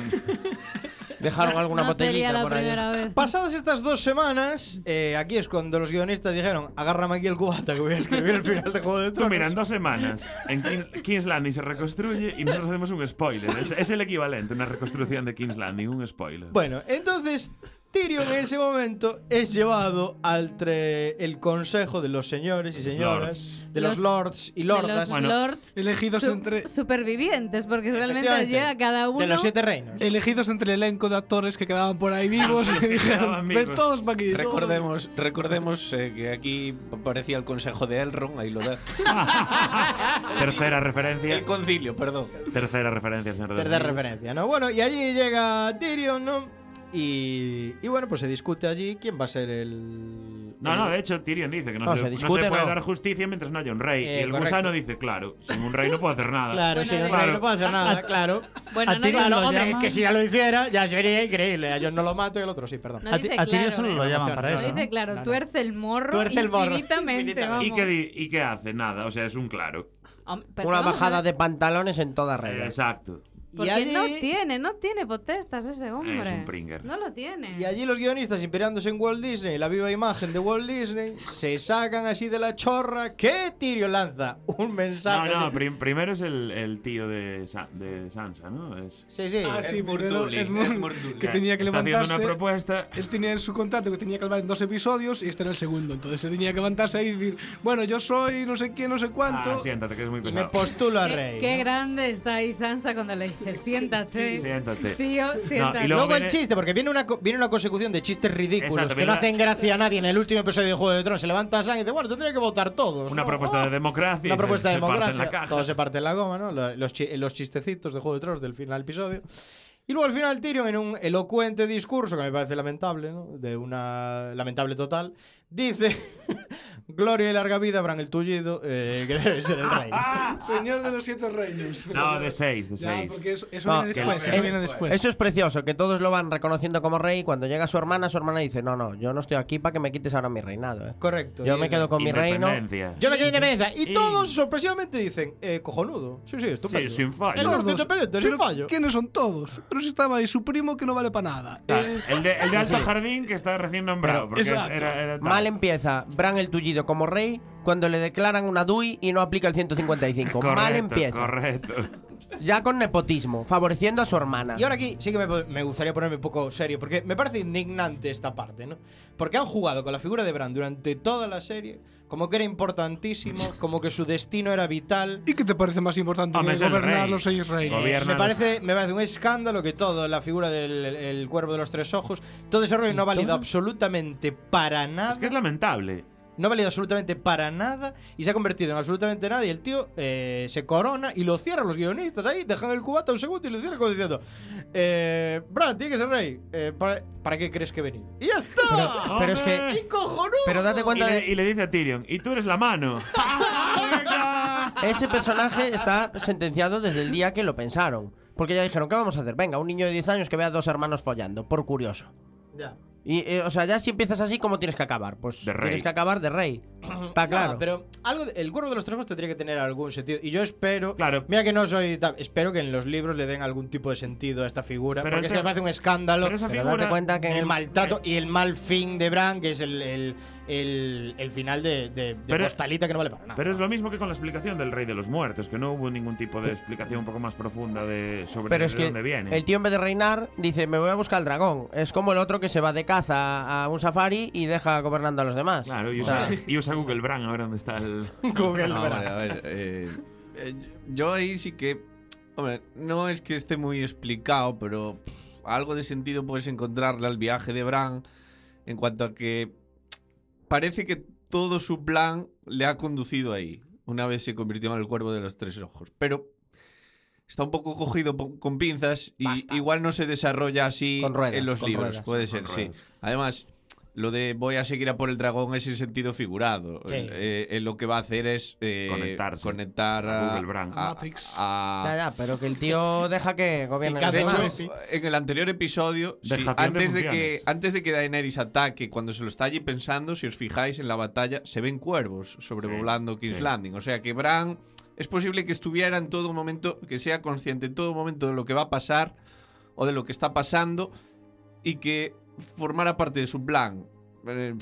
Dejaron No- alguna no sería botellita la por ahí. primera vez. Pasadas estas dos semanas, eh, aquí es cuando los guionistas dijeron: agárrame aquí el cubata que voy *laughs* a escribir el final de Juego de Tú Tronos. mira, en dos semanas en King- King's Landing se reconstruye y nosotros hacemos un spoiler. Es, es el equivalente, una reconstrucción de King's Landing, un spoiler. Bueno, entonces Tyrion en ese momento es llevado entre el consejo de los señores y Los señoras, de los Los- lords y De lordas, los Bueno, lords Elegidos su- entre. supervivientes, porque realmente Efectivamente, ya cada uno... de los siete reinos. Elegidos entre el elenco de actores que quedaban por ahí vivos Ah, *laughs* Los y que dijeron, quedaban ven vivos". todos para aquí. Recordemos, recordemos eh, que aquí parecía el consejo de Elrond, ahí lo da. *laughs* Tercera referencia. El concilio, perdón. Tercera referencia, señor. de los Tercera Anillos. referencia, ¿no? Bueno, y allí llega Tyrion, ¿no? Y, y bueno, pues se discute allí quién va a ser el. No, el- no, de hecho Tyrion dice que no, No, se, se no se discute, puede no. dar justicia mientras no haya un rey. Eh, y el correcto. gusano dice, claro, sin un rey no puedo hacer nada. Buena Claro, si no, idea. no puedo hacer nada, claro. Bueno, A no ti digo- lo Claro, hombre, es llaman- que si ya lo hiciera, ya sería increíble. A John no lo mato y el otro sí, perdón. No A, ti- dice a Tyrion claro, solo ¿eh? lo llaman No para Lo eso. dice ¿no? claro, no. tuerce el morro Tuerce el morro. infinitamente, Infinitamente. ¿Y, vamos. qué di- ¿Y qué hace? Nada, o sea, es un claro. Hom- pero Una vamos a bajada ver. de pantalones en toda Eh, regla. exacto. Y Porque allí, no tiene, no tiene potestas ese hombre. Es un pringer. No lo tiene. y allí los guionistas, inspirándose en Walt Disney, la viva imagen de Walt Disney, se sacan así de la chorra. ¿Qué Tirio lanza? Un No, mensaje. no, de- prim- primero es el, el tío de, Sa- de Sansa, ¿no? Es, Sí, sí. Ah, sí, porque Mortuli, era Edmund, es Mortuli. que tenía que está haciendo una levantarse. propuesta. Él tenía en su contrato que tenía que hablar en dos episodios y este era el segundo. Entonces él tenía que levantarse ahí y decir, bueno, yo soy no sé quién, no sé cuánto. Ah, siéntate, que es muy Y me pesado. postulo a Qué, rey. qué ¿no? grande está ahí Sansa cuando le dice, siéntate. Siéntate. Tío, siéntate. luego- Luego el viene- chiste, porque viene una, co- viene una consecución de chistes ridículos Exacto, que viene no una- hacen gracia a nadie en el último episodio de Juego de Tronos. Se levanta Sam y dice, bueno, tendría que votar todos. Una ¿no? propuesta de Ah, democracia. y Una se- propuesta de se parte en democracia. la caja. Todo se parte en la goma, ¿no? Lo- Los, chi- los chistecitos de Juego de Tronos del final episodio. Y luego al final Tyrion, en un elocuente discurso que me parece lamentable, ¿no? De una lamentable total, dice: *laughs* Gloria y larga vida habrán el tullido, eh, *laughs* que debe ser *laughs* el rey. *laughs* Señor de los siete reinos. No, de seis, de Ya, seis. porque eso, eso No, viene que- después. que- Eso viene después. Eso es precioso, que todos lo van reconociendo como rey. Cuando llega su hermana, su hermana dice: No, no, yo no estoy aquí para que me quites ahora mi reinado. ¿eh. Correcto. Yo y- me quedo con mi reino. Independencia. Yo me quedo independencia. Y Y- todos sorpresivamente dicen: eh, Cojonudo. Sí, sí, estupendo. Sí, sin fallo. El norte Todos. independiente, Pero sin fallo. ¿Quiénes son todos? Pero si estaba ahí su primo que no vale para nada. Ah, Eh, el, de, el de Alto Jardín que está recién nombrado. Porque es- Exacto. era, era tal. Mal empieza Bran el Tullido como rey cuando le declaran una DUI y no aplica el 155. Correcto, Mal empieza. Correcto. Ya con nepotismo, favoreciendo a su hermana. Y ahora aquí sí que me, me gustaría ponerme un poco serio, porque me parece indignante esta parte, ¿no? Porque han jugado con la figura de Bran durante toda la serie, como que *laughs* era importantísimo, como que su destino era vital. ¿Y qué te parece más importante Hombre, es que el gobernar rey. los seis reinos? Gobierno. Me parece, me parece un escándalo que todo, la figura del el cuervo de los tres ojos, todo ese rollo no ha valido absolutamente para nada. es que es lamentable. No ha valido absolutamente para nada y se ha convertido en absolutamente nada. Y el tío eh, se corona y lo cierra los guionistas ahí, dejan el cubata un segundo y lo cierran como diciendo: eh, Brad, tiene que ser rey. Eh, ¿para, para qué crees que he venido? ¡Y ya está! Pero es que- ¡Y cojonudo! Pero date Y cuenta le, de. y le dice a Tyrion, y tú eres la *laughs* mano. ¡Venga! Ese personaje está sentenciado desde el día que lo pensaron. Porque ya dijeron: ¿Qué vamos a hacer? Venga, un niño de 10 años que vea a dos hermanos follando, por curioso. Ya. Y, eh, o sea, ya si empiezas así, ¿cómo tienes que acabar? Pues De rey. tienes que acabar de *clears throat* rey. Está claro. No, pero algo de- el cuervo de los tres ojos tendría que tener algún sentido. Y yo espero. Claro. Mira que no soy. tan- Espero que en los libros le den algún tipo de sentido a esta figura. Pero porque el es que me tema- parece un escándalo. pero esa Pero figura- date cuenta que en el el maltrato *coughs* y el mal fin de Bran, que es el, el, el- el final de, de, de Pero- postalita que no vale para nada. Pero es lo mismo que con la explicación del Rey de los Muertos, que no hubo ningún tipo de explicación un poco más profunda de sobre Pero de es que dónde viene. el tío en vez de reinar dice, me voy a buscar al dragón. Es como el otro que se va de caza a un safari y deja gobernando a los demás. Claro, y O usa, sea, y usa Google Brand ahora donde está el... *laughs* Google, No, verá. vale, a ver, eh, eh, yo ahí sí que. Hombre, no es que esté muy explicado, pero pff, algo de sentido puedes encontrarle al viaje de Bran en cuanto a que parece que todo su plan le ha conducido ahí, una vez se convirtió en el cuervo de los tres ojos. Pero está un poco cogido po- con pinzas y igual no se desarrolla así Con ruedas, en los con libros, ruedas. puede ser, Con sí. ruedas. Además, lo de voy a seguir a por el dragón es en sentido figurado. Sí. Eh, él lo que va a hacer es eh, Conectarse conectar a, a Google Brand. a- Matrix. a- ya, ya, pero que el tío deja que gobierne Y los cada de demás. Además- hecho, en el anterior episodio, sí, Dejación de antes, de que, funciones. antes de que Daenerys ataque, cuando se lo está allí pensando, si os fijáis en la batalla, se ven cuervos sobrevolando King's sí. Landing. O sea que Bran es posible que estuviera en todo momento, que sea consciente en todo momento de lo que va a pasar o de lo que está pasando y que formara parte de su plan. Eh,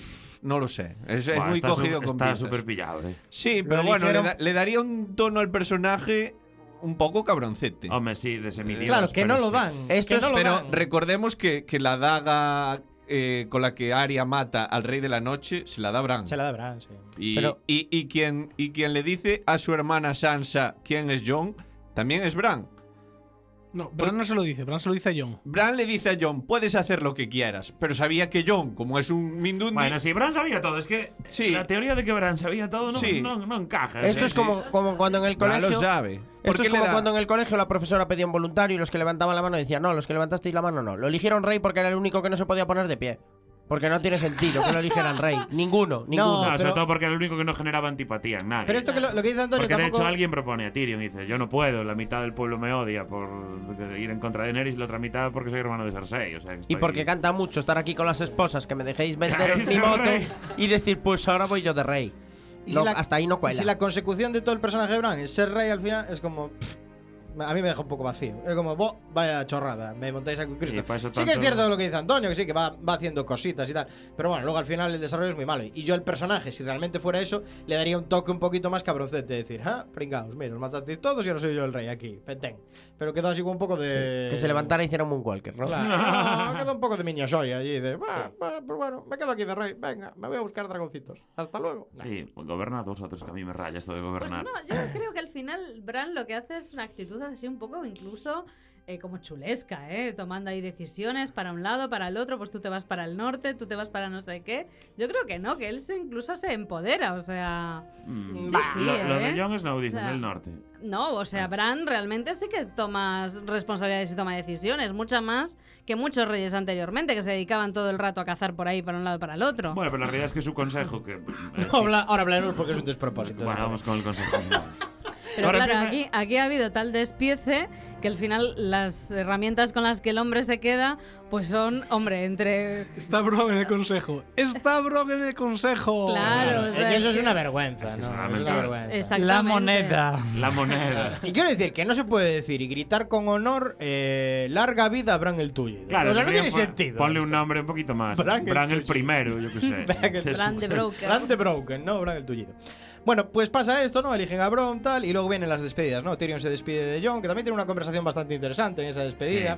no lo sé. Es, es Buah, muy está cogido su- con Está pinzas. súper pillado, eh. Sí, Lo pero bueno, le, eligieron- da- le daría un tono al personaje un poco cabroncete. Hombre, sí, de semidios. claro, que pero no es lo dan. Esto que es- no lo Pero dan. recordemos que, que la daga eh, con la que Arya mata al Rey de la Noche se la da Bran. Se la da Bran, sí. Y, Pero- y- y quien, y quien le dice a su hermana Sansa quién es Jon, también es Bran. No, Bran no se lo dice, Bran se lo dice a John. Bran le dice a Jon, puedes hacer lo que quieras, pero sabía que Jon, como es un Mindundi, Bueno, si Bran sabía todo, es que Sí. la teoría de que Bran sabía todo no, Sí. no, no encaja. Esto Sí, es sí. como, como cuando en el Bran colegio... lo sabe. Esto Porque es le como da- cuando en el colegio la profesora pedía un voluntario y los que levantaban la mano decían, no, los que levantasteis la mano no. Lo eligieron rey porque era el único que no se podía poner de pie. Porque no tiene sentido que lo eligieran rey. Ninguno, ninguno. No, sobre pero- todo porque era el único que no generaba antipatía en nadie. Pero esto que lo, lo que dice Antonio porque de tampoco. hecho alguien propone a Tyrion y dice, yo no puedo, la mitad del pueblo me odia por ir en contra de Nerys y la otra mitad porque soy hermano de Cersei. O sea, que Y estoy- porque canta mucho estar aquí con las esposas, que me dejéis venderos Ese mi voto rey. y decir, pues ahora voy yo de rey. y No, la- hasta ahí no y cuela. si la consecución de todo el personaje de Bran es ser rey al final, es como. pff, a mí me deja un poco vacío. Es como, "Buah, vaya chorrada, me montáis aquí un Cristo. Y para eso Sí que es tanto- cierto lo que dice Antonio, que sí, que va, va haciendo cositas y tal. Pero bueno, luego al final el desarrollo es muy malo. Y yo el personaje, si realmente fuera eso, le daría un toque un poquito más cabroncete. Decir, ah, pringaos, mira, os matasteis todos y ahora soy yo el rey aquí. Petén. Pero queda así como un poco de... Que se levantara y hiciera un Moonwalker, ¿no? *laughs* *laughs* Claro, no, queda un poco de niño soy allí. De, "Bah, bah, pues bueno, me quedo aquí de rey. Venga, me voy a buscar dragoncitos. Hasta luego. Sí, goberna dos o tres, que a mí me raya esto de Pues gobernar. no, yo creo que al final Bran lo que hace es una actitud así un poco incluso eh, como chulesca, ¿eh? Tomando ahí decisiones para un lado, para el otro, pues tú te vas para el norte, tú te vas para no sé qué. Yo creo que no, que él se incluso se empodera, o sea... Mm, Pues Sí, sí, lo, lo ¿eh? de Jon Snow dices, O sea, el norte. No, o sea, Bran realmente sí que toma responsabilidades y toma decisiones, mucha más que muchos reyes anteriormente, que se dedicaban todo el rato a cazar por ahí, para un lado, para el otro. Bueno, pero la realidad es que su consejo, que... eh, sí, *laughs* No, habla- ahora hablaremos porque es un despropósito. bueno, vamos con el *laughs* consejo. Pero Ahora claro, aquí, empieza- aquí ha habido tal despiece que al final las herramientas con las que el hombre se queda, pues son, hombre, entre... Está Brock en el consejo. Está Brock en el consejo. Claro, o Eh, sea, que eso es que- una vergüenza, Es que ¿no? es una Es una vergüenza. vergüenza. Exactamente. La moneda. La moneda. Y quiero decir que no se puede decir y gritar con honor eh, larga vida a Bran el tuyo. Claro, o sea, no tendría tiene que pon- sentido. Ponle un nombre un poquito más. Bran el Bran, el, tuyo. primero, yo qué *laughs* sé. Bran el- Que es Bran de un- Broker. Bran de Broken, ¿no? Bran el tullido. Bueno, pues pasa esto, ¿no? Eligen a Bron, tal, y luego vienen las despedidas, ¿no? Tyrion se despide de John, que también tiene una conversación bastante interesante en esa despedida,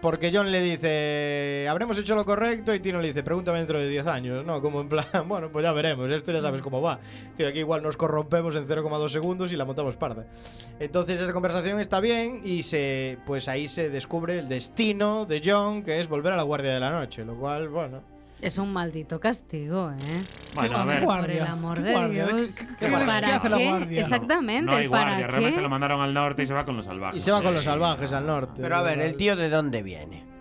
porque John le dice, habremos hecho lo correcto, y Tyrion le dice, pregúntame dentro de 10 años, ¿no? Como en plan, *laughs* bueno, pues ya veremos, esto ya Mm. sabes cómo va. Tío, aquí igual nos corrompemos en 0,2 segundos y la montamos parda. Entonces esa conversación está bien y se, pues ahí se descubre el destino de John, que es volver a la Guardia de la Noche, lo cual, bueno... Es un maldito castigo, ¿eh? Bueno, a ¿Qué ver. guardia? Por el amor ¿Qué de guardia? Dios. ¿Qué- qué- qué guardia? ¿Para ¿Qué hace la qué? guardia? Exactamente. No hay guardia. ¿para Realmente qué? lo mandaron al norte y se va con los salvajes. Y se va con los Sí, salvajes al norte. Pero a ver, el tío tío de dónde viene.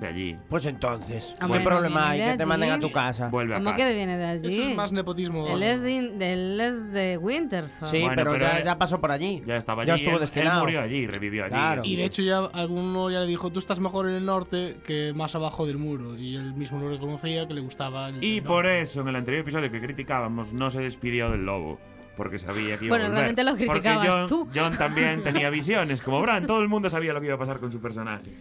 De allí. Pues entonces, Hombre, ¿qué no problema viene hay de que te allí. manden a tu casa? Vuelve a ¿Cómo casa. que viene de allí? Eso es más nepotismo. Él es, in- él es de Winterfell. Sí, Bueno, pero, pero ya, eh, ya pasó por allí. Ya estaba allí. Ya estuvo él- él, destinado. murió allí, revivió allí. Claro. Y de hecho ya alguno ya le dijo, tú estás mejor en el norte que más abajo del muro. Y él mismo lo reconocía, que le gustaba. el- Y el por norte. eso, en el anterior episodio que criticábamos, no se despidió del lobo. Porque sabía que iba Bueno, a volver. realmente lo Porque criticabas John- tú. John también tenía visiones, como Bran. Todo el mundo sabía lo que iba a pasar con su personaje.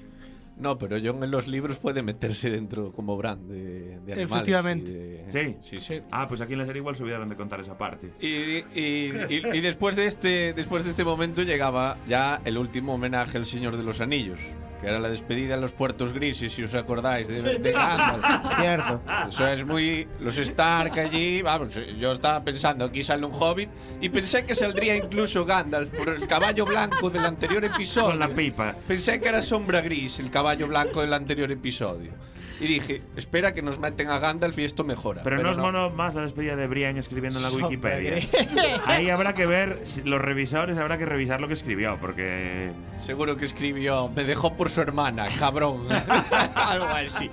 No, pero John en los libros puede meterse dentro como Bran de, de animales. y Efectivamente. de- Sí. sí, sí. Sí. Ah, pues aquí en la serie igual se olvidaron de contar esa parte. Y, y- y- y después, de este, después de este momento llegaba ya el último homenaje al Señor de los Anillos, que era la despedida en los puertos grises, si os acordáis, de, de Gandalf. Cierto. Eso es muy. Los Stark allí. Vamos, yo estaba pensando, aquí sale un hobbit. Y pensé que saldría incluso Gandalf por el caballo blanco del anterior episodio. Con la pipa. Pensé que era Sombra Gris, el caballo blanco del anterior episodio. Y dije, espera que nos meten a Gandalf y esto mejora. Pero, no es mono más la despedida de Brian escribiendo en la Wikipedia. *laughs* Ahí habrá que ver, si- los revisores habrá que revisar lo que escribió, porque. Seguro que escribió, me dejó por su hermana, cabrón. *laughs* Algo así.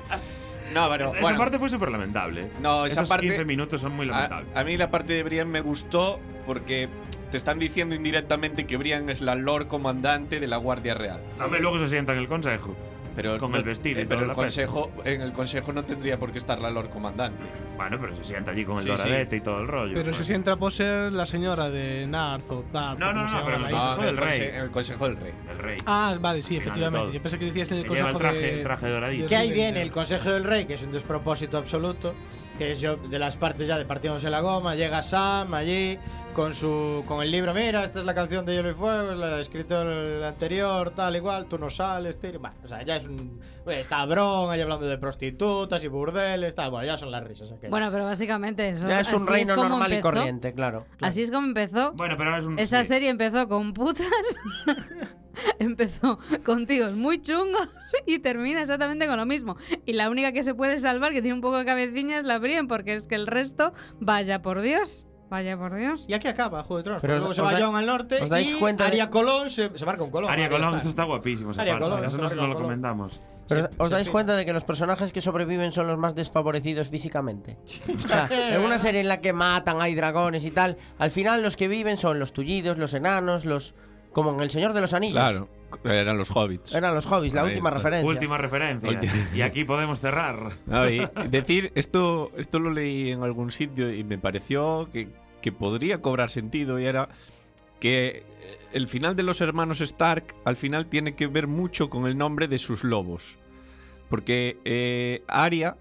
No, pero esa bueno. parte fue súper lamentable. No, esa Esos parte- 15 minutos son muy a, lamentables. a mí la parte de Brian me gustó porque te están diciendo indirectamente que Brian es la Lord Comandante de la Guardia Real. Hombre, luego se sienta en el consejo. Pero Con no- el vestido y eh, pero toda el la pesca. consejo, en el consejo no tendría por qué estar la Lord Comandante. Bueno, pero se sienta allí con el Sí, sí. doradete y todo el rollo. Pero pues. se sienta por ser la señora de Narzo, Narzo. No, no, como no, se llama pero la no, Consejo No, isla. en Ah, el del Rey. conse- en el Consejo del Rey. El rey. Ah, vale, sí, Final de todo. efectivamente. Yo pensé que decías en el Que lleva consejo el traje, de... el traje doradito. Que ahí Sí, viene sí. el Consejo del Rey, que es un despropósito absoluto. Que es yo, de las partes ya de Partimos en la Goma. Llega Sam allí con su con el libro. Mira, esta es la canción de Hielo y Fuego, la ha escrito el anterior, tal, igual. Tú no sales, tío. Bueno, o sea, ya es un. bueno, Está Bron ahí hablando de prostitutas y burdeles, tal. Bueno, ya son las risas. aquello. Bueno, pero básicamente eso. Ya es así un reino como normal y empezó. corriente, claro. Así es como empezó. Bueno, pero ahora es un. Esa sí. serie empezó con putas, *laughs* empezó con tíos muy chungos *laughs* y termina exactamente con lo mismo. Y la única que se puede salvar, que tiene un poco de cabecilla, es la Brienne, porque es que el resto, vaya por Dios, vaya por Dios. Y aquí acaba Juego de Tronos. Pero porque os- luego se os va da- John al norte. os dais y cuenta de- Aria Colón se, se marca un Colón. Aria ahí Colón, está. eso está guapísimo. esa Aria parte. Colón, eso no, Aria no lo Colón. comentamos. Pero Se- os se dais pira. cuenta de que los personajes que sobreviven son los más desfavorecidos físicamente. O sea, en una serie en la que matan, hay dragones y tal, al final los que viven son los tullidos, los enanos, los como en El Señor de los Anillos. eran los hobbits. Eran los hobbies, la Ahí última está. referencia. Última referencia. *laughs* Última. Y aquí podemos cerrar. No, y decir, esto, esto lo leí en algún sitio y me pareció que, que podría cobrar sentido y era que eh, el final de los hermanos Stark al final tiene que ver mucho con el nombre de sus lobos. Porque eh, Arya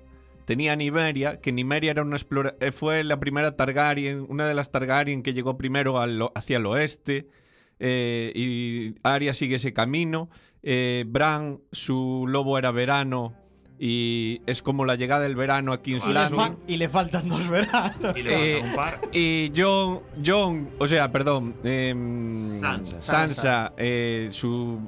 tenía a Nimeria, que Nimeria era una explora- eh, fue la primera Targaryen, una de las Targaryen que llegó primero al o- hacia el oeste. eh, y Arya sigue ese camino. Eh, Bran, su lobo era verano. Y es como la llegada del verano aquí en Y Y le, Claro. fa- y le faltan dos veranos. Y le Eh, falta un par. y John, John, o sea, perdón, em, Sansa. Sansa, eh, su,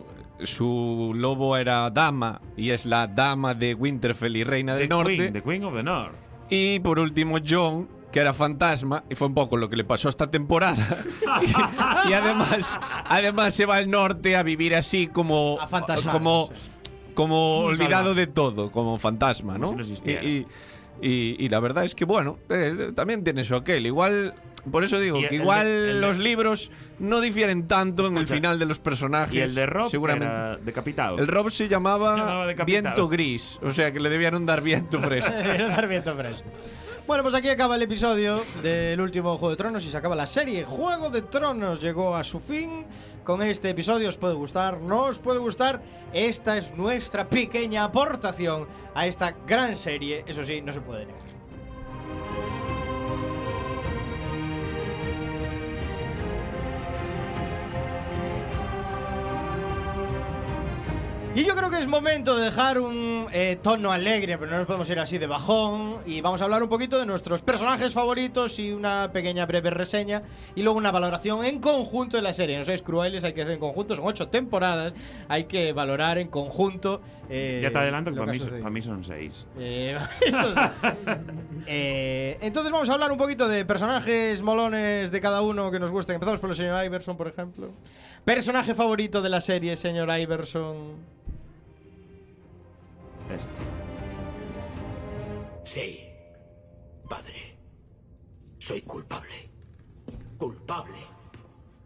su lobo era dama y es la dama de Winterfell y reina del The norte. Queen, The Queen of the North. Y por último, John, que era fantasma, y fue un poco lo que le pasó esta *laughs* temporada. *laughs* y, y además, además se va al norte a vivir así como. A fantasmar, como, sí. como Un olvidado salvaje. de todo, como fantasma, Como ¿no? si no existiera. y, y- y- y la verdad es que, bueno, eh, también tiene eso aquel. Igual. Por eso digo Y que el de- igual el de- los libros no difieren tanto en el Escucha, final de los personajes. Y el de Rob seguramente. era decapitado. El Rob se Se llamaba llamaba Decapitado. Viento Gris, o sea que le debieron dar viento fresco. *laughs* Era un sarmiento fresco. Bueno, pues aquí acaba el episodio del último Juego de Tronos y se acaba la serie. Juego de Tronos llegó a su fin. Con este episodio os puede gustar, no os puede gustar. Esta es nuestra pequeña aportación a esta gran serie. Eso sí, no se puede negar. Y yo creo que es momento de dejar un eh, tono alegre, pero no nos podemos ir así de bajón. Y vamos a hablar un poquito de nuestros personajes favoritos y una pequeña breve reseña. Y luego una valoración en conjunto de la serie. No sois crueles, hay que hacer en conjunto. Son ocho temporadas, hay que valorar en conjunto. eh, *laughs* ya te adelanto que lo para ha mí, sucedido. para mí son seis. Eh, *laughs* eso sí. Eh, entonces vamos a hablar un poquito de personajes molones de cada uno que nos gusten. Empezamos por el señor Iverson, por ejemplo. Personaje favorito de la serie, señor Iverson. Este. Sí, padre. Soy culpable. Culpable.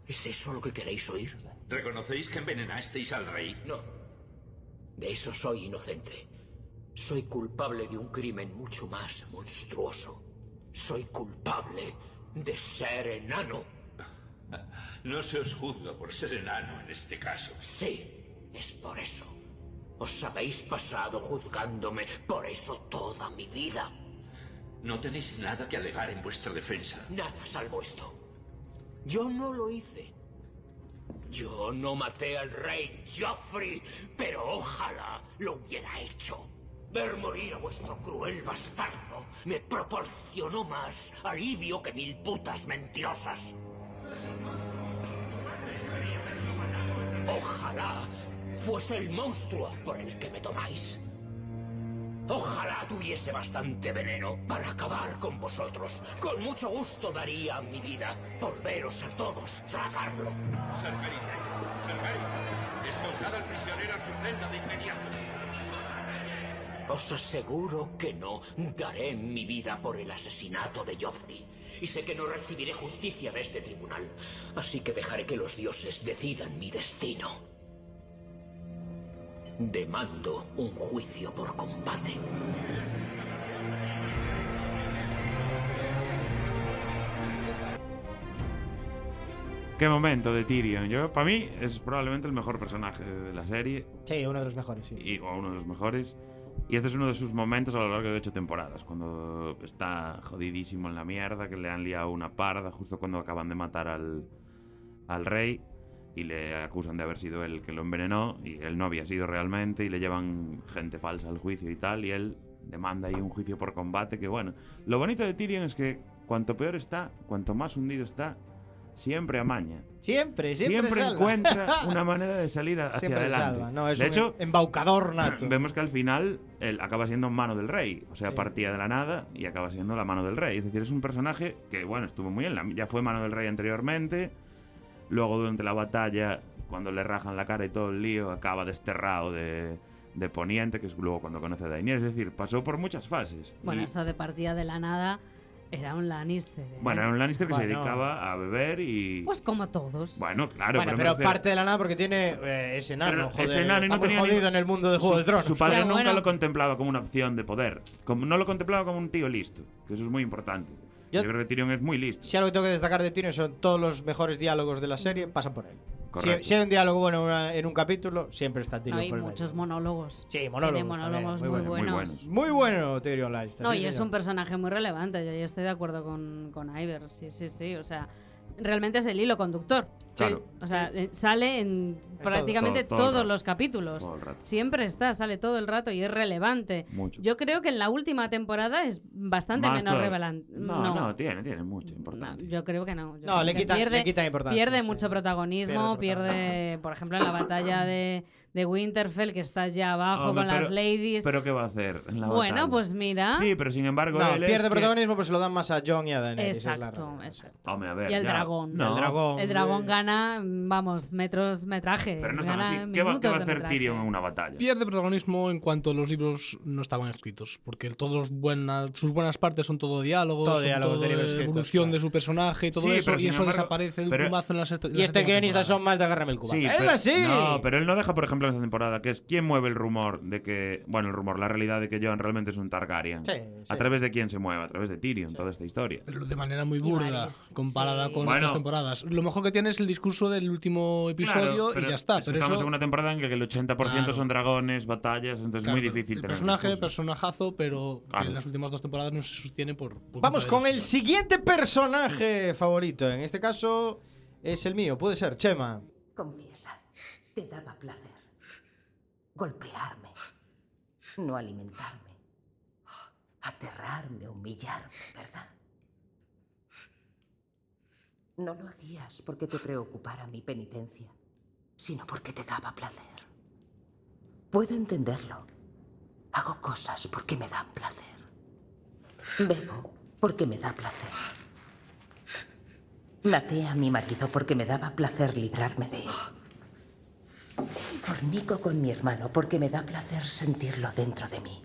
¿Es eso lo que queréis oír? ¿Reconocéis que envenenasteis al rey? No. De eso soy inocente. Soy culpable de un crimen mucho más monstruoso. Soy culpable de ser enano. *laughs* No se os juzga por ser enano en este caso. Sí, es por eso. Os habéis pasado juzgándome por eso toda mi vida. No tenéis nada que alegar en vuestra defensa. Nada salvo esto. Yo no lo hice. Yo no maté al rey Joffrey, pero ojalá lo hubiera hecho. Ver morir a vuestro cruel bastardo me proporcionó más alivio que mil putas mentirosas. Ojalá fuese el monstruo por el que me tomáis. Ojalá tuviese bastante veneno para acabar con vosotros. Con mucho gusto daría mi vida por veros a todos tragarlo. Os aseguro que no daré mi vida por el asesinato de Joffrey. Y sé que no recibiré justicia de este tribunal. Así que dejaré que los dioses decidan mi destino. Demando un juicio por combate. Qué momento de Tyrion. Yo, para mí, es probablemente el mejor personaje de la serie. Sí, uno de los mejores, sí. y, o uno de los mejores. Y este es uno de sus momentos a lo largo de ocho temporadas, cuando está jodidísimo en la mierda, que le han liado una parda justo cuando acaban de matar al, al rey y le acusan de haber sido él que lo envenenó y él no había sido realmente y le llevan gente falsa al juicio y tal y él demanda ahí un juicio por combate que bueno, lo bonito de Tyrion es que cuanto peor está, cuanto más hundido está, siempre amaña Siempre, siempre, siempre, salva. *laughs* encuentra una manera de salir a- hacia Siempre adelante. salva. No, es de un hecho, embaucador nato. *clears throat* vemos que al final él acaba siendo mano del rey. O sea, Sí. partía de la nada y acaba siendo la mano del rey. Es decir, es un personaje que, bueno, estuvo muy en la. Ya fue mano del rey anteriormente. Luego, durante la batalla, cuando le rajan la cara y todo el lío, acaba desterrado de, de Poniente, que es luego cuando conoce a Daenerys. Es decir, pasó por muchas fases. Bueno, Y- eso de partida de la nada era un Lannister. ¿eh? bueno, era un Lannister que se Bueno. dedicaba a beber y. Pues como todos. bueno, claro, Bueno, me pero refiero- parte de la nada porque tiene eh, ese enano, Pero joder. ese enano y no está muy tenía jodido ningún- en el mundo de Juego su, de Tronos. su padre Ya, nunca bueno. lo contemplaba como una opción de poder. Como, no lo contemplaba como un tío listo, que eso es muy importante. Yo- Yo creo que Tyrion es muy listo. Si algo que tengo que destacar de Tyrion son todos los mejores diálogos de la serie, pasan por él. Si, Correcto. si hay un diálogo bueno en una- en un capítulo, siempre está No, Tyrion hay por el medio. muchos monólogos. Sí, monólogos. Tiene monólogos también, muy, muy, bueno. muy buenos. buenos. Muy bueno Tyrion Lannister. No, sí, y es señor. un personaje muy relevante. Yo ahí estoy de acuerdo con, con Iver. Sí, sí, sí. O sea, realmente es el hilo conductor. Claro, O sea, eh, sale en prácticamente Todo- todo el todos rato. los capítulos. todo el rato. Siempre está, sale todo el rato y es relevante. Mucho. Yo creo que en la última temporada es bastante Más menos todo- relevante. No, no, tiene, tiene mucho importante. yo creo que no. Yo No, creo le que quita, pierde, le quita importancia. pierde sí. mucho protagonismo, Pierde pierde, por ejemplo, en la batalla de, de Winterfell, que está ya abajo Hombre, con pero- las ladies. Pero ¿qué va a hacer en la bueno, batalla? pues mira. Sí, pero sin embargo No, él es pierde que- protagonismo, pues se lo dan más a Jon y a Daenerys. es la exacto, realidad. exacto. Hombre, a ver, Y el ya- dragón. No, El dragón. El dragón gana, mm, vamos, metros, metraje. Pero no es tan gana así. ¿Qué va, qué minutos va a de hacer metraje. Tyrion en una batalla? Pierde protagonismo en cuanto los libros no estaban escritos, porque todos buenas, sus buenas partes son todo diálogos, Todo son diálogos de todo libros de escritos, evolución claro. de su personaje y todo Sí, eso, pero y sin eso embazo- desaparece de un pero- plumazo en las est- en la Y este séptima guionista son temporada. más de agarrarme el cubata. Sí, ¡Es pero- así! No, pero él no deja, por ejemplo, en esta temporada, que es quién mueve el rumor de que. Bueno, el rumor, la realidad de que Jon realmente es un Targaryen. Sí, sí. A través de quién se mueve, a través de Tyrion, toda esta historia. Pero de manera muy Y burda, Varys, comparada sí. con Bueno. otras temporadas. Lo mejor que tiene es el discurso del último episodio Claro, pero y ya está. es que Pero estamos eso, en una temporada en que el 80% Claro. son dragones, batallas, entonces claro, es muy difícil El tener personaje, discurso. personajazo, pero que Claro. en las últimas dos temporadas no se sostiene por. por Vamos culpa de con el los siguiente personaje favorito. En este caso es el mío, puede ser Chema. Confiesa, te daba placer golpearme, no alimentarme, aterrarme, humillarme, ¿verdad? No lo hacías porque te preocupara mi penitencia, sino porque te daba placer. Puedo entenderlo. Hago cosas porque me dan placer. Bebo porque me da placer. Maté a mi marido porque me daba placer librarme de él. Fornico con mi hermano porque me da placer sentirlo dentro de mí.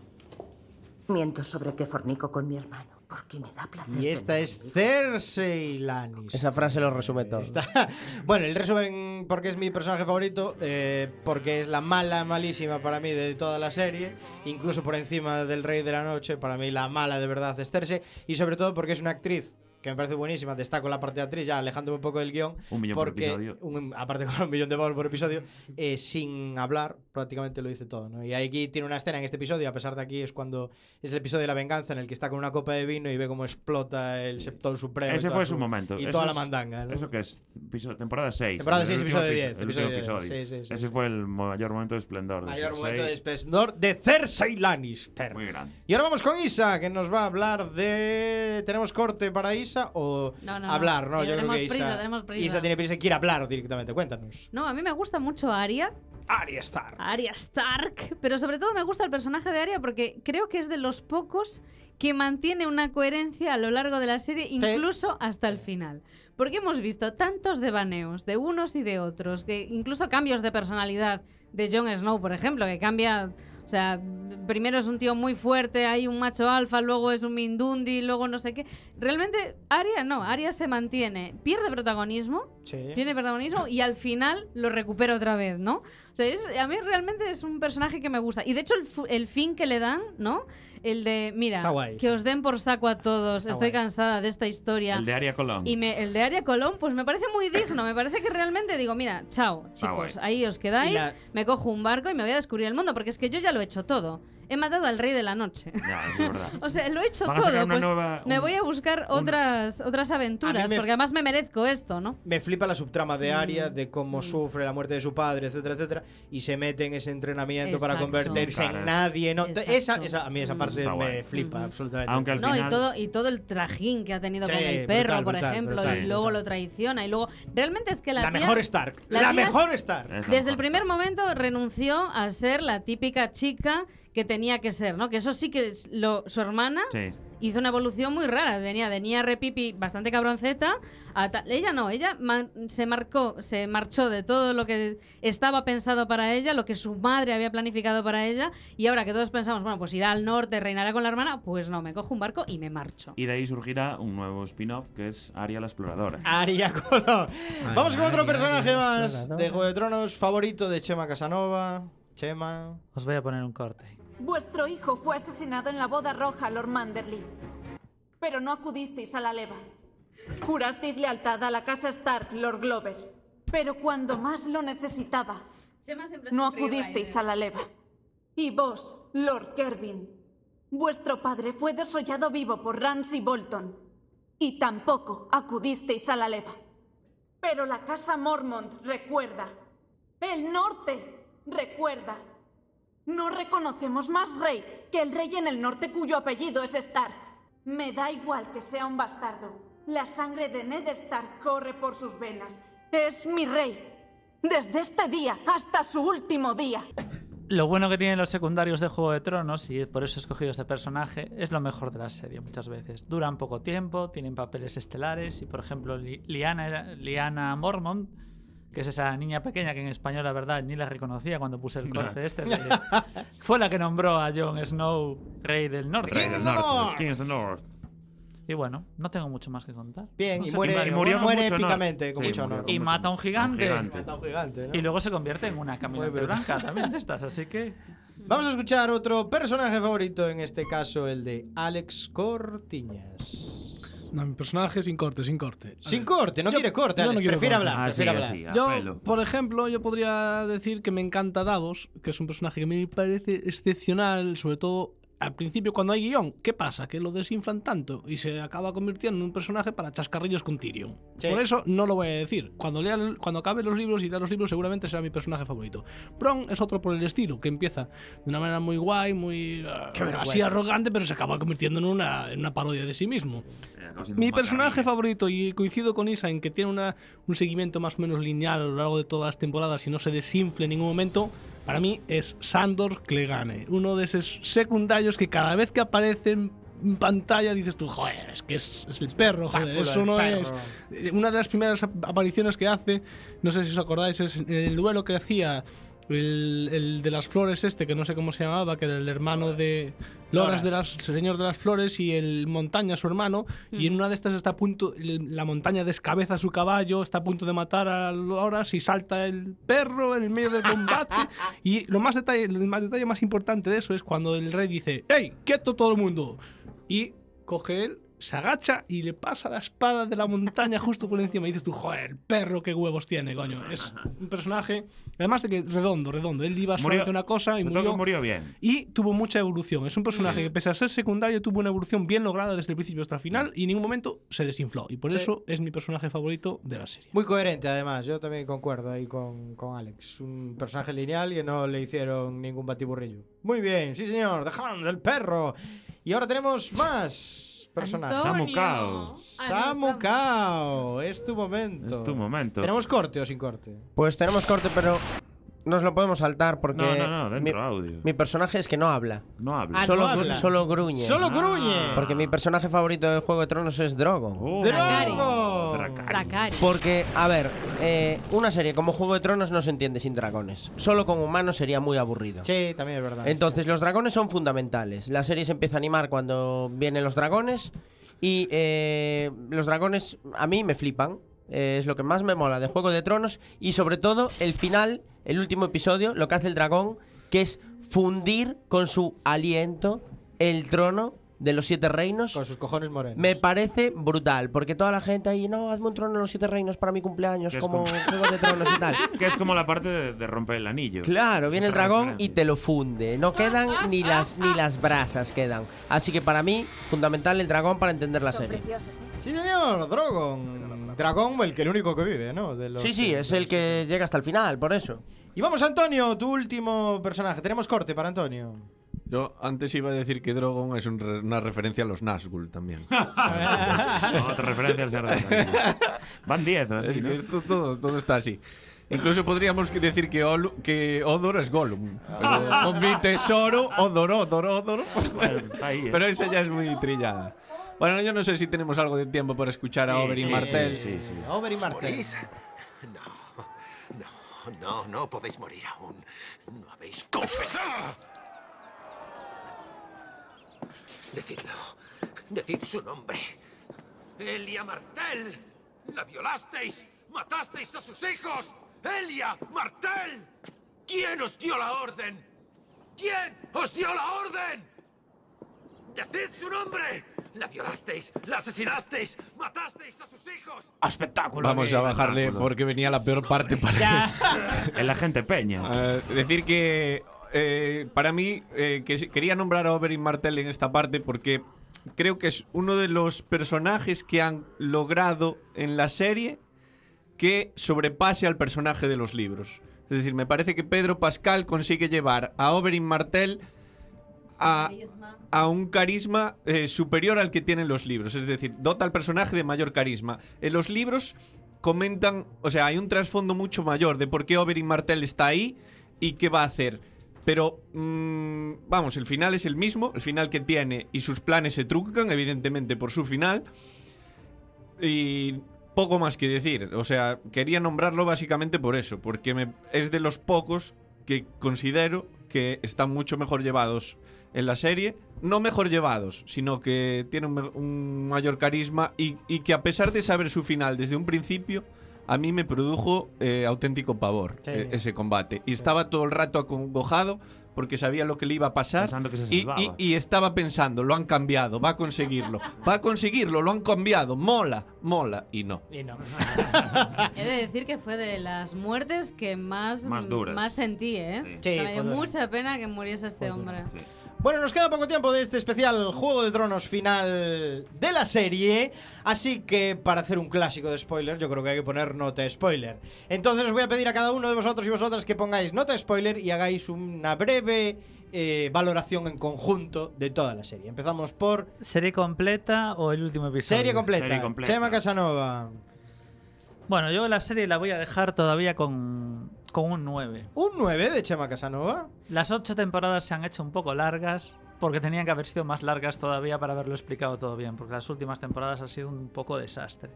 Miento sobre que fornico con mi hermano porque me da placer. Y esta tener es un hijo. Cersei Lannister. Esa frase lo resume todo. Está- Bueno, el resumen, porque es mi personaje favorito, eh, porque es la mala, malísima para mí de toda la serie, incluso por encima del Rey de la Noche, para mí la mala de verdad es Cersei, y sobre todo porque es una actriz que me parece buenísima, destaco la parte de actriz, ya alejándome un poco del guión, Un millón por porque, episodio. un- aparte con un millón de pavos por episodio, eh, sin hablar prácticamente lo dice todo, ¿no? Y aquí tiene una escena en este episodio, a pesar de aquí es cuando es el episodio de la venganza, en el que está con una copa de vino y ve cómo explota el Septón Supremo. y Ese toda fue su momento. Y Eso toda la es- mandanga, ¿no? Eso que es episo- temporada 6. Temporada el 6, último episodio episo- 10, el último episodio 10, episodio. sí, sí, sí, Ese sí. fue el mayor momento de esplendor. de Mayor Cersei. momento de esplendor de Cersei Lannister. Muy grande. Y ahora vamos con Isa, que nos va a hablar de. ¿Tenemos corte para Isa o No, no, no. hablar? No, yo creo Tenemos que Isa. prisa, tenemos prisa. Isa tiene prisa y quiere hablar directamente. Cuéntanos. No, a mí me gusta mucho Arya, Arya Stark. Arya Stark, pero sobre todo me gusta el personaje de Arya porque creo que es de los pocos que mantiene una coherencia a lo largo de la serie, incluso hasta el final. Porque hemos visto tantos devaneos de unos y de otros, que incluso cambios de personalidad de Jon Snow, por ejemplo, que cambia, o sea, primero es un tío muy fuerte, hay un macho alfa, luego es un mindundi, luego no sé qué. Realmente Arya no, Arya se mantiene, pierde protagonismo, Sí. Viene protagonismo y al final lo recupera otra vez, ¿no? O sea, es- a mí realmente es un personaje que me gusta. Y de hecho, el, fu- el fin que le dan, ¿no? El de, mira, Está guay. que os den por saco a todos, Está estoy guay. cansada de esta historia. El de Aria Colón. y me- el de Aria Colón, pues me parece muy digno. Me parece que realmente digo, mira, chao, Está chicos, guay. ahí os quedáis, Y la- me cojo un barco y me voy a descubrir el mundo, porque es que yo ya lo he hecho todo. He matado al rey de la noche. *laughs* Ya, eso es *laughs* verdad. O sea, lo he hecho Van a sacar todo. una Pues nueva- me un- voy a buscar una- otras, otras aventuras, me- porque además me merezco esto, ¿no? Me flipa la subtrama de Arya, Mm. de cómo sufre la muerte de su padre, etcétera, etcétera, y se mete en ese entrenamiento para Exacto. convertirse en Caras. nadie. ¿no? Exacto. Esa, esa- a mí esa Mm. parte Está me guay. flipa Ujú. absolutamente. Aunque al No, y final- todo, y todo el trajín que ha tenido Sí, con el brutal, perro, por brutal, ejemplo, brutal, y luego brutal. lo traiciona. Y luego, realmente es que la, La tía, mejor Stark. la La, tía es- mejor Stark. Es la desde mejor el primer Stark. momento renunció a ser la típica chica que tenía que ser, ¿no? Que eso sí que es lo, su hermana Sí. hizo una evolución muy rara. Venía de niña repipi, bastante cabronceta. a ta- Ella no, ella ma- se marcó, se marchó de todo lo que estaba pensado para ella, lo que su madre había planificado para ella. Y ahora que todos pensamos, bueno, pues irá al norte, reinará con la hermana, pues no, me cojo un barco y me marcho. Y de ahí surgirá un nuevo spin-off que es Aria la exploradora. Aria Colón. Vamos con otro Aria, personaje Aria, más exploradora. de Juego de Tronos, favorito de Chema Casanova. Chema. Os voy a poner un corte. Vuestro hijo fue asesinado en la boda roja, Lord Manderly. pero no acudisteis a la leva. Jurasteis lealtad a la casa Stark, Lord Glover, pero cuando más lo necesitaba, Chema siempre ¿eh? es no un freerider. acudisteis a la leva. Y vos, Lord Kervin, vuestro padre fue desollado vivo por Ramsay Bolton. Y tampoco acudisteis a la leva. Pero la casa Mormont recuerda. El norte recuerda. No reconocemos más rey que el rey en el norte cuyo apellido es Stark. Me da igual que sea un bastardo. La sangre de Ned Stark corre por sus venas. Es mi rey. Desde este día hasta su último día. Lo bueno que tienen los secundarios de Juego de Tronos, y por eso he escogido este personaje, es lo mejor de la serie muchas veces. Duran poco tiempo, tienen papeles estelares, y por ejemplo, Li- Liana, era- Liana Mormont, que es esa niña pequeña que en español, la verdad, ni la reconocía cuando puse el No. corte este, de- *laughs* fue la que nombró a Jon Snow rey del norte. Rey del norte. King of the North. Y bueno, no tengo mucho más que contar. Bien, No y sé muere- qué más. y murió con mucho honor. épicamente, con mucho murió honor. Y Con mata a un gigante. gigante. Mata a un gigante, ¿no? Y luego se convierte en una caminante verdad. blanca también de estas, así que... Vamos a escuchar otro personaje favorito, en este caso el de Alex Cortiñas. No, mi personaje sin corte, sin corte. A Sin ver. corte, no Yo- quiere corte, yo no Alex, quiero prefiere corte. hablar, Ah, Así, prefiere hablar. así, a Yo, pelo. por ejemplo, yo podría decir que me encanta Davos, que es un personaje que me parece excepcional, sobre todo al principio cuando hay guión. ¿Qué pasa? Que lo desinflan tanto y se acaba convirtiendo en un personaje para chascarrillos con Tyrion. Sí. Por eso no lo voy a decir. Cuando, lea, cuando acabe los libros y lea los libros seguramente será mi personaje favorito. Bron es otro por el estilo, que empieza de una manera muy guay, muy... ah, así vergüenza. arrogante, pero se acaba convirtiendo en una, en una parodia de sí Eh, mismo. pues, acabo siendo Mi un personaje macarrilla. favorito, y coincido con Isa en que tiene una- un seguimiento más o menos lineal a lo largo de todas las temporadas y no se desinfle en ningún momento, para mí es Sandor Clegane. Uno de esos secundarios que cada vez que aparecen en pantalla dices tú, joder, es que es, es el perro, joder, Páculo, eso el no perro. es. Eh, Una de las primeras ap- apariciones que hace, no sé si os acordáis, es en el duelo que hacía. El, el de las flores este, que no sé cómo se llamaba, que era el hermano de... Loras Loras. de las Señor de las Flores y el Montaña, su hermano, y en Ujú. una de estas está a punto, el- la montaña descabeza a su caballo, está a punto de matar a Loras y salta el perro en el medio del combate. y lo más detalle, el más detalle más importante de eso es cuando el rey dice, ¡Ey, quieto todo el mundo! Y coge él, se agacha y le pasa la espada de la montaña justo por encima. Y dices tú, joder, perro, qué huevos tiene, coño. Es un personaje, además de que redondo, redondo. Él iba solamente una cosa y sobre todo que murió murió bien. y tuvo mucha evolución. Es un personaje que, pese a ser secundario, tuvo una evolución bien lograda desde el principio hasta el final y en ningún momento se desinfló. Y por Sí. eso es mi personaje favorito de la serie. Muy coherente, además. Yo también concuerdo ahí con, con Alex. Un personaje lineal que no le hicieron ningún batiburrillo. Muy bien, sí, señor. Dejando el perro. Y ahora tenemos más personajes. Antonio. Samu Kao. Ah, Antonio. Samu Kao, es tu momento. Es tu momento. ¿Tenemos corte o sin corte? Pues tenemos corte, pero nos lo podemos saltar porque Eh, No, no, no, mi, dentro audio. mi personaje es que no habla. No Ah, hables. solo, no gru- habla. solo gruñe. ¡Solo Ah. gruñe! Porque mi personaje favorito de Juego de Tronos es Drogon. Uh. Oh. ¡Drogo! Dracarys. Porque, a ver, eh, una serie como Juego de Tronos no se entiende sin dragones. Solo con humanos sería muy aburrido. Sí, también es verdad. Entonces, los dragones son fundamentales. La serie se empieza a animar cuando vienen los dragones. Y eh, los dragones a mí me flipan. Eh, es lo que más me mola de Juego de Tronos. Y sobre todo, el final, el último episodio, lo que hace el dragón, que es fundir con su aliento el trono de los siete reinos. Con sus cojones morenos. Me parece brutal, porque toda la gente ahí, no, hazme un trono de los siete reinos para mi cumpleaños, Que es como como- Juego de Tronos y tal. Que es como la parte de, de romper el anillo. Claro, Es viene el otra dragón y referencia. te lo funde. No quedan ni las ni las brasas quedan. Así que para mí, fundamental el dragón para entender la Son serie. preciosos, ¿eh? Sí, señor, Drogon. Dragón, el que el único que vive, ¿no? De los- Sí, sí, es el que llega hasta el final, por eso. Y vamos, Antonio, tu último personaje. Tenemos corte para Antonio. Yo antes iba a decir que Drogon es un re- una referencia a los Nazgûl también. *laughs* Otra referencia al Señor de los Anillos. Van 10, ¿no? es Así, ¿no? que esto- todo, todo está así. Incluso podríamos que decir que, Olu- que Odor es Gollum. Pero Ah. con mi tesoro, Odor, Odor, Odor. Está ahí, ¿eh? Pero esa ya es muy trillada. Bueno, yo no sé si tenemos algo de tiempo para escuchar a Sí, Oberyn sí, Martell. sí, sí. Over y Martel. ¿Morís? No. No, no, no podéis morir aún. No habéis confesado. Decidlo. Decid su nombre. Elia Martel. La violasteis. Matasteis a sus hijos. Elia Martel. ¿Quién os dio la orden? ¿Quién os dio la orden? Decid su nombre. La violasteis, la asesinasteis, matasteis a sus hijos. Espectáculo. Vamos que- a bajarle porque venía la peor parte para El agente Peña. Eh, decir que eh, para mí eh, que sí- quería nombrar a Oberyn Martell en esta parte porque creo que es uno de los personajes que han logrado en la serie que sobrepase al personaje de los libros. Es decir, me parece que Pedro Pascal consigue llevar a Oberyn Martell a, a un carisma eh, superior al que tienen los libros. Es decir, dota al personaje de mayor carisma. En los libros comentan, o sea, hay un trasfondo mucho mayor de por qué Oberyn Martell está ahí y qué va a hacer. Pero, mm, vamos, el final es el mismo, el final que tiene y sus planes se truncan, evidentemente, por su final. Y poco más que decir. O sea, quería nombrarlo básicamente por eso, porque me- es de los pocos que considero que están mucho mejor llevados en la serie. No mejor llevados, sino que tiene un, me- un mayor carisma y, y que a pesar de saber su final desde un principio, a mí me produjo eh, auténtico pavor Sí. eh, ese combate. Y estaba todo el rato acongojado porque sabía lo que le iba a pasar Pensando que se y, salvaba. y- y estaba pensando, lo han cambiado, va a conseguirlo, va a conseguirlo, lo han cambiado, mola, mola. Y no. Y no. He de decir que fue de las muertes que más, Más duras. más sentí, ¿eh? Sí. O sea, me fue dio duro. mucha pena que muriese este hombre. Sí. Bueno, nos queda poco tiempo de este especial Juego de Tronos final de la serie, así que para hacer un clásico de spoiler, yo creo que hay que poner nota spoiler. Entonces os voy a pedir a cada uno de vosotros y vosotras que pongáis nota spoiler y hagáis una breve eh, valoración en conjunto de toda la serie. Empezamos por ¿Serie completa o el último episodio? serie completa. Serie completa. Chema Casanova. Bueno, yo la serie la voy a dejar todavía con, con un 9. Un 9 de Chema Casanova. Las ocho temporadas se han hecho un poco largas porque tenían que haber sido más largas todavía para haberlo explicado todo bien, porque las últimas temporadas han sido un poco desastre.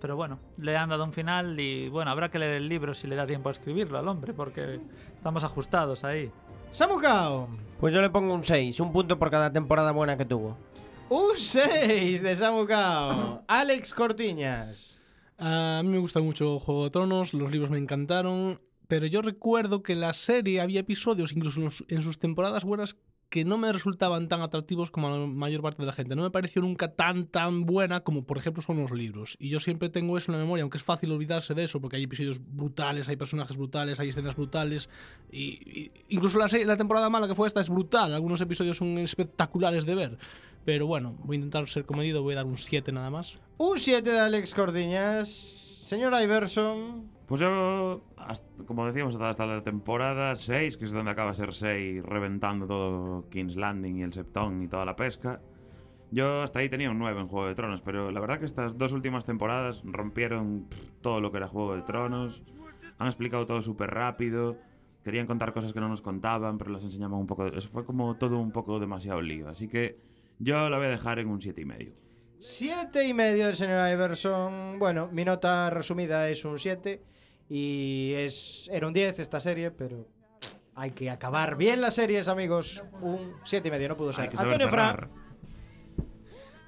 Pero bueno, le han dado un final y bueno, habrá que leer el libro si le da tiempo a escribirlo al hombre, porque estamos ajustados ahí. Samucao. Pues yo le pongo un 6, un punto por cada temporada buena que tuvo. Un 6 de Samucao. Alex Cortiñas. A mí me gusta mucho Juego de Tronos, los libros me encantaron, pero yo recuerdo que la serie había episodios, incluso en sus- en sus temporadas buenas, que no me resultaban tan atractivos como a la mayor parte de la gente. No me pareció nunca tan, tan buena como, por ejemplo, son los libros. Y yo siempre tengo eso en la memoria, aunque es fácil olvidarse de eso, porque hay episodios brutales, hay personajes brutales, hay escenas brutales. Y, y- incluso la, serie- la temporada mala que fue esta es brutal. Algunos episodios son espectaculares de ver. Pero bueno, voy a intentar ser comedido, voy a dar un 7 nada más. Un 7 de Alex Cordiñas. Señor Iverson. Pues yo, hasta- como decíamos, hasta- hasta la temporada 6, que es donde acaba ser 6, reventando todo King's Landing y el Septón y toda la pesca. Yo hasta ahí tenía un 9 en Juego de Tronos, pero la verdad que estas dos últimas temporadas rompieron pff, todo lo que era Juego de Tronos. Han explicado todo súper rápido. Querían contar cosas que no nos contaban, pero las enseñaban un poco. Eso fue como todo un poco demasiado lío. Así que yo la voy a dejar en un 7,5. 7 y medio del señor Iverson. Bueno, mi nota resumida es un 7. Y es, era un 10 esta serie, pero hay que acabar bien las series, amigos. Un 7 y medio, no pudo Hay ser. que saber Antonio cerrar. Fra.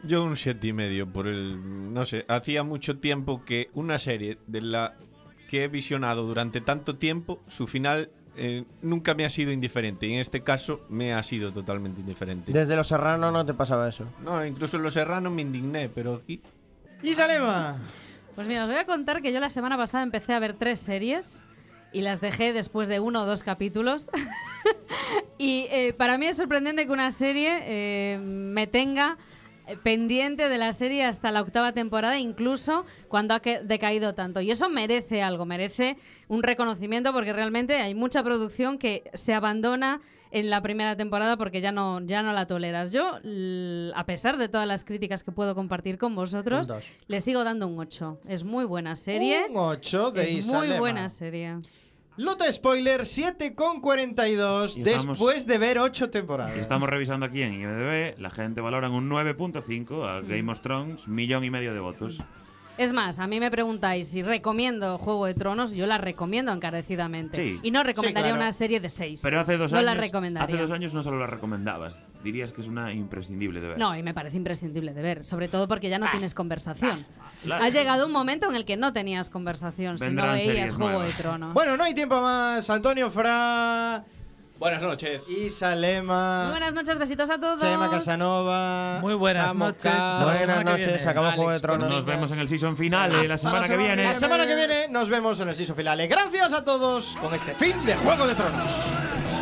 Yo un siete y medio por el. No sé, hacía mucho tiempo que una serie de la que he visionado durante tanto tiempo, su final eh, nunca me ha sido indiferente. Y en este caso me ha sido totalmente indiferente. Desde Los Serranos no te pasaba eso. no, incluso en Los Serranos me indigné, pero aquí. Y Salema. Pues mira, os voy a contar que yo la semana pasada empecé a ver tres series y las dejé después de uno o dos capítulos. *laughs* y eh, para mí es sorprendente que una serie eh, me tenga eh, pendiente de la serie hasta la octava temporada, incluso cuando ha que- decaído tanto. Y eso merece algo, merece un reconocimiento porque realmente hay mucha producción que se abandona en la primera temporada porque ya no, ya no la toleras. Yo, l- a pesar de todas las críticas que puedo compartir con vosotros, Un dos. le sigo dando un 8. Es muy buena serie. Un 8 de es muy Isalema. buena serie. Lota spoiler 7,42 Y estamos- después de ver 8 temporadas. Y Estamos revisando aquí en IMDb, la gente valora en un 9.5 Mm. a Game of Thrones, millón y medio de votos. Es más, a mí me preguntáis si recomiendo Juego de Tronos, yo la recomiendo encarecidamente. Sí. Y no recomendaría claro. una serie de 6. Pero hace dos no años. la recomendaría. Hace dos años no solo la recomendabas, dirías que es una imprescindible de ver. No, y me parece imprescindible de ver, sobre todo porque ya no tienes conversación. La- Ha llegado un momento en el que no tenías conversación, si no Vendrán veías series Juego nuevas. de Tronos. Bueno, no hay tiempo más. Antonio Fra. Buenas noches. Isalema. Muy buenas noches, besitos a todos. Chema Casanova. Muy buenas Samo noches, K. hasta la Buenas semana que noches, viene. se acabó Juego de Alex, Tronos. Nos vemos en el season final eh, la semana que viene. La semana que viene nos vemos en el Siso Finale. Gracias a todos con este fin de Juego de Tronos.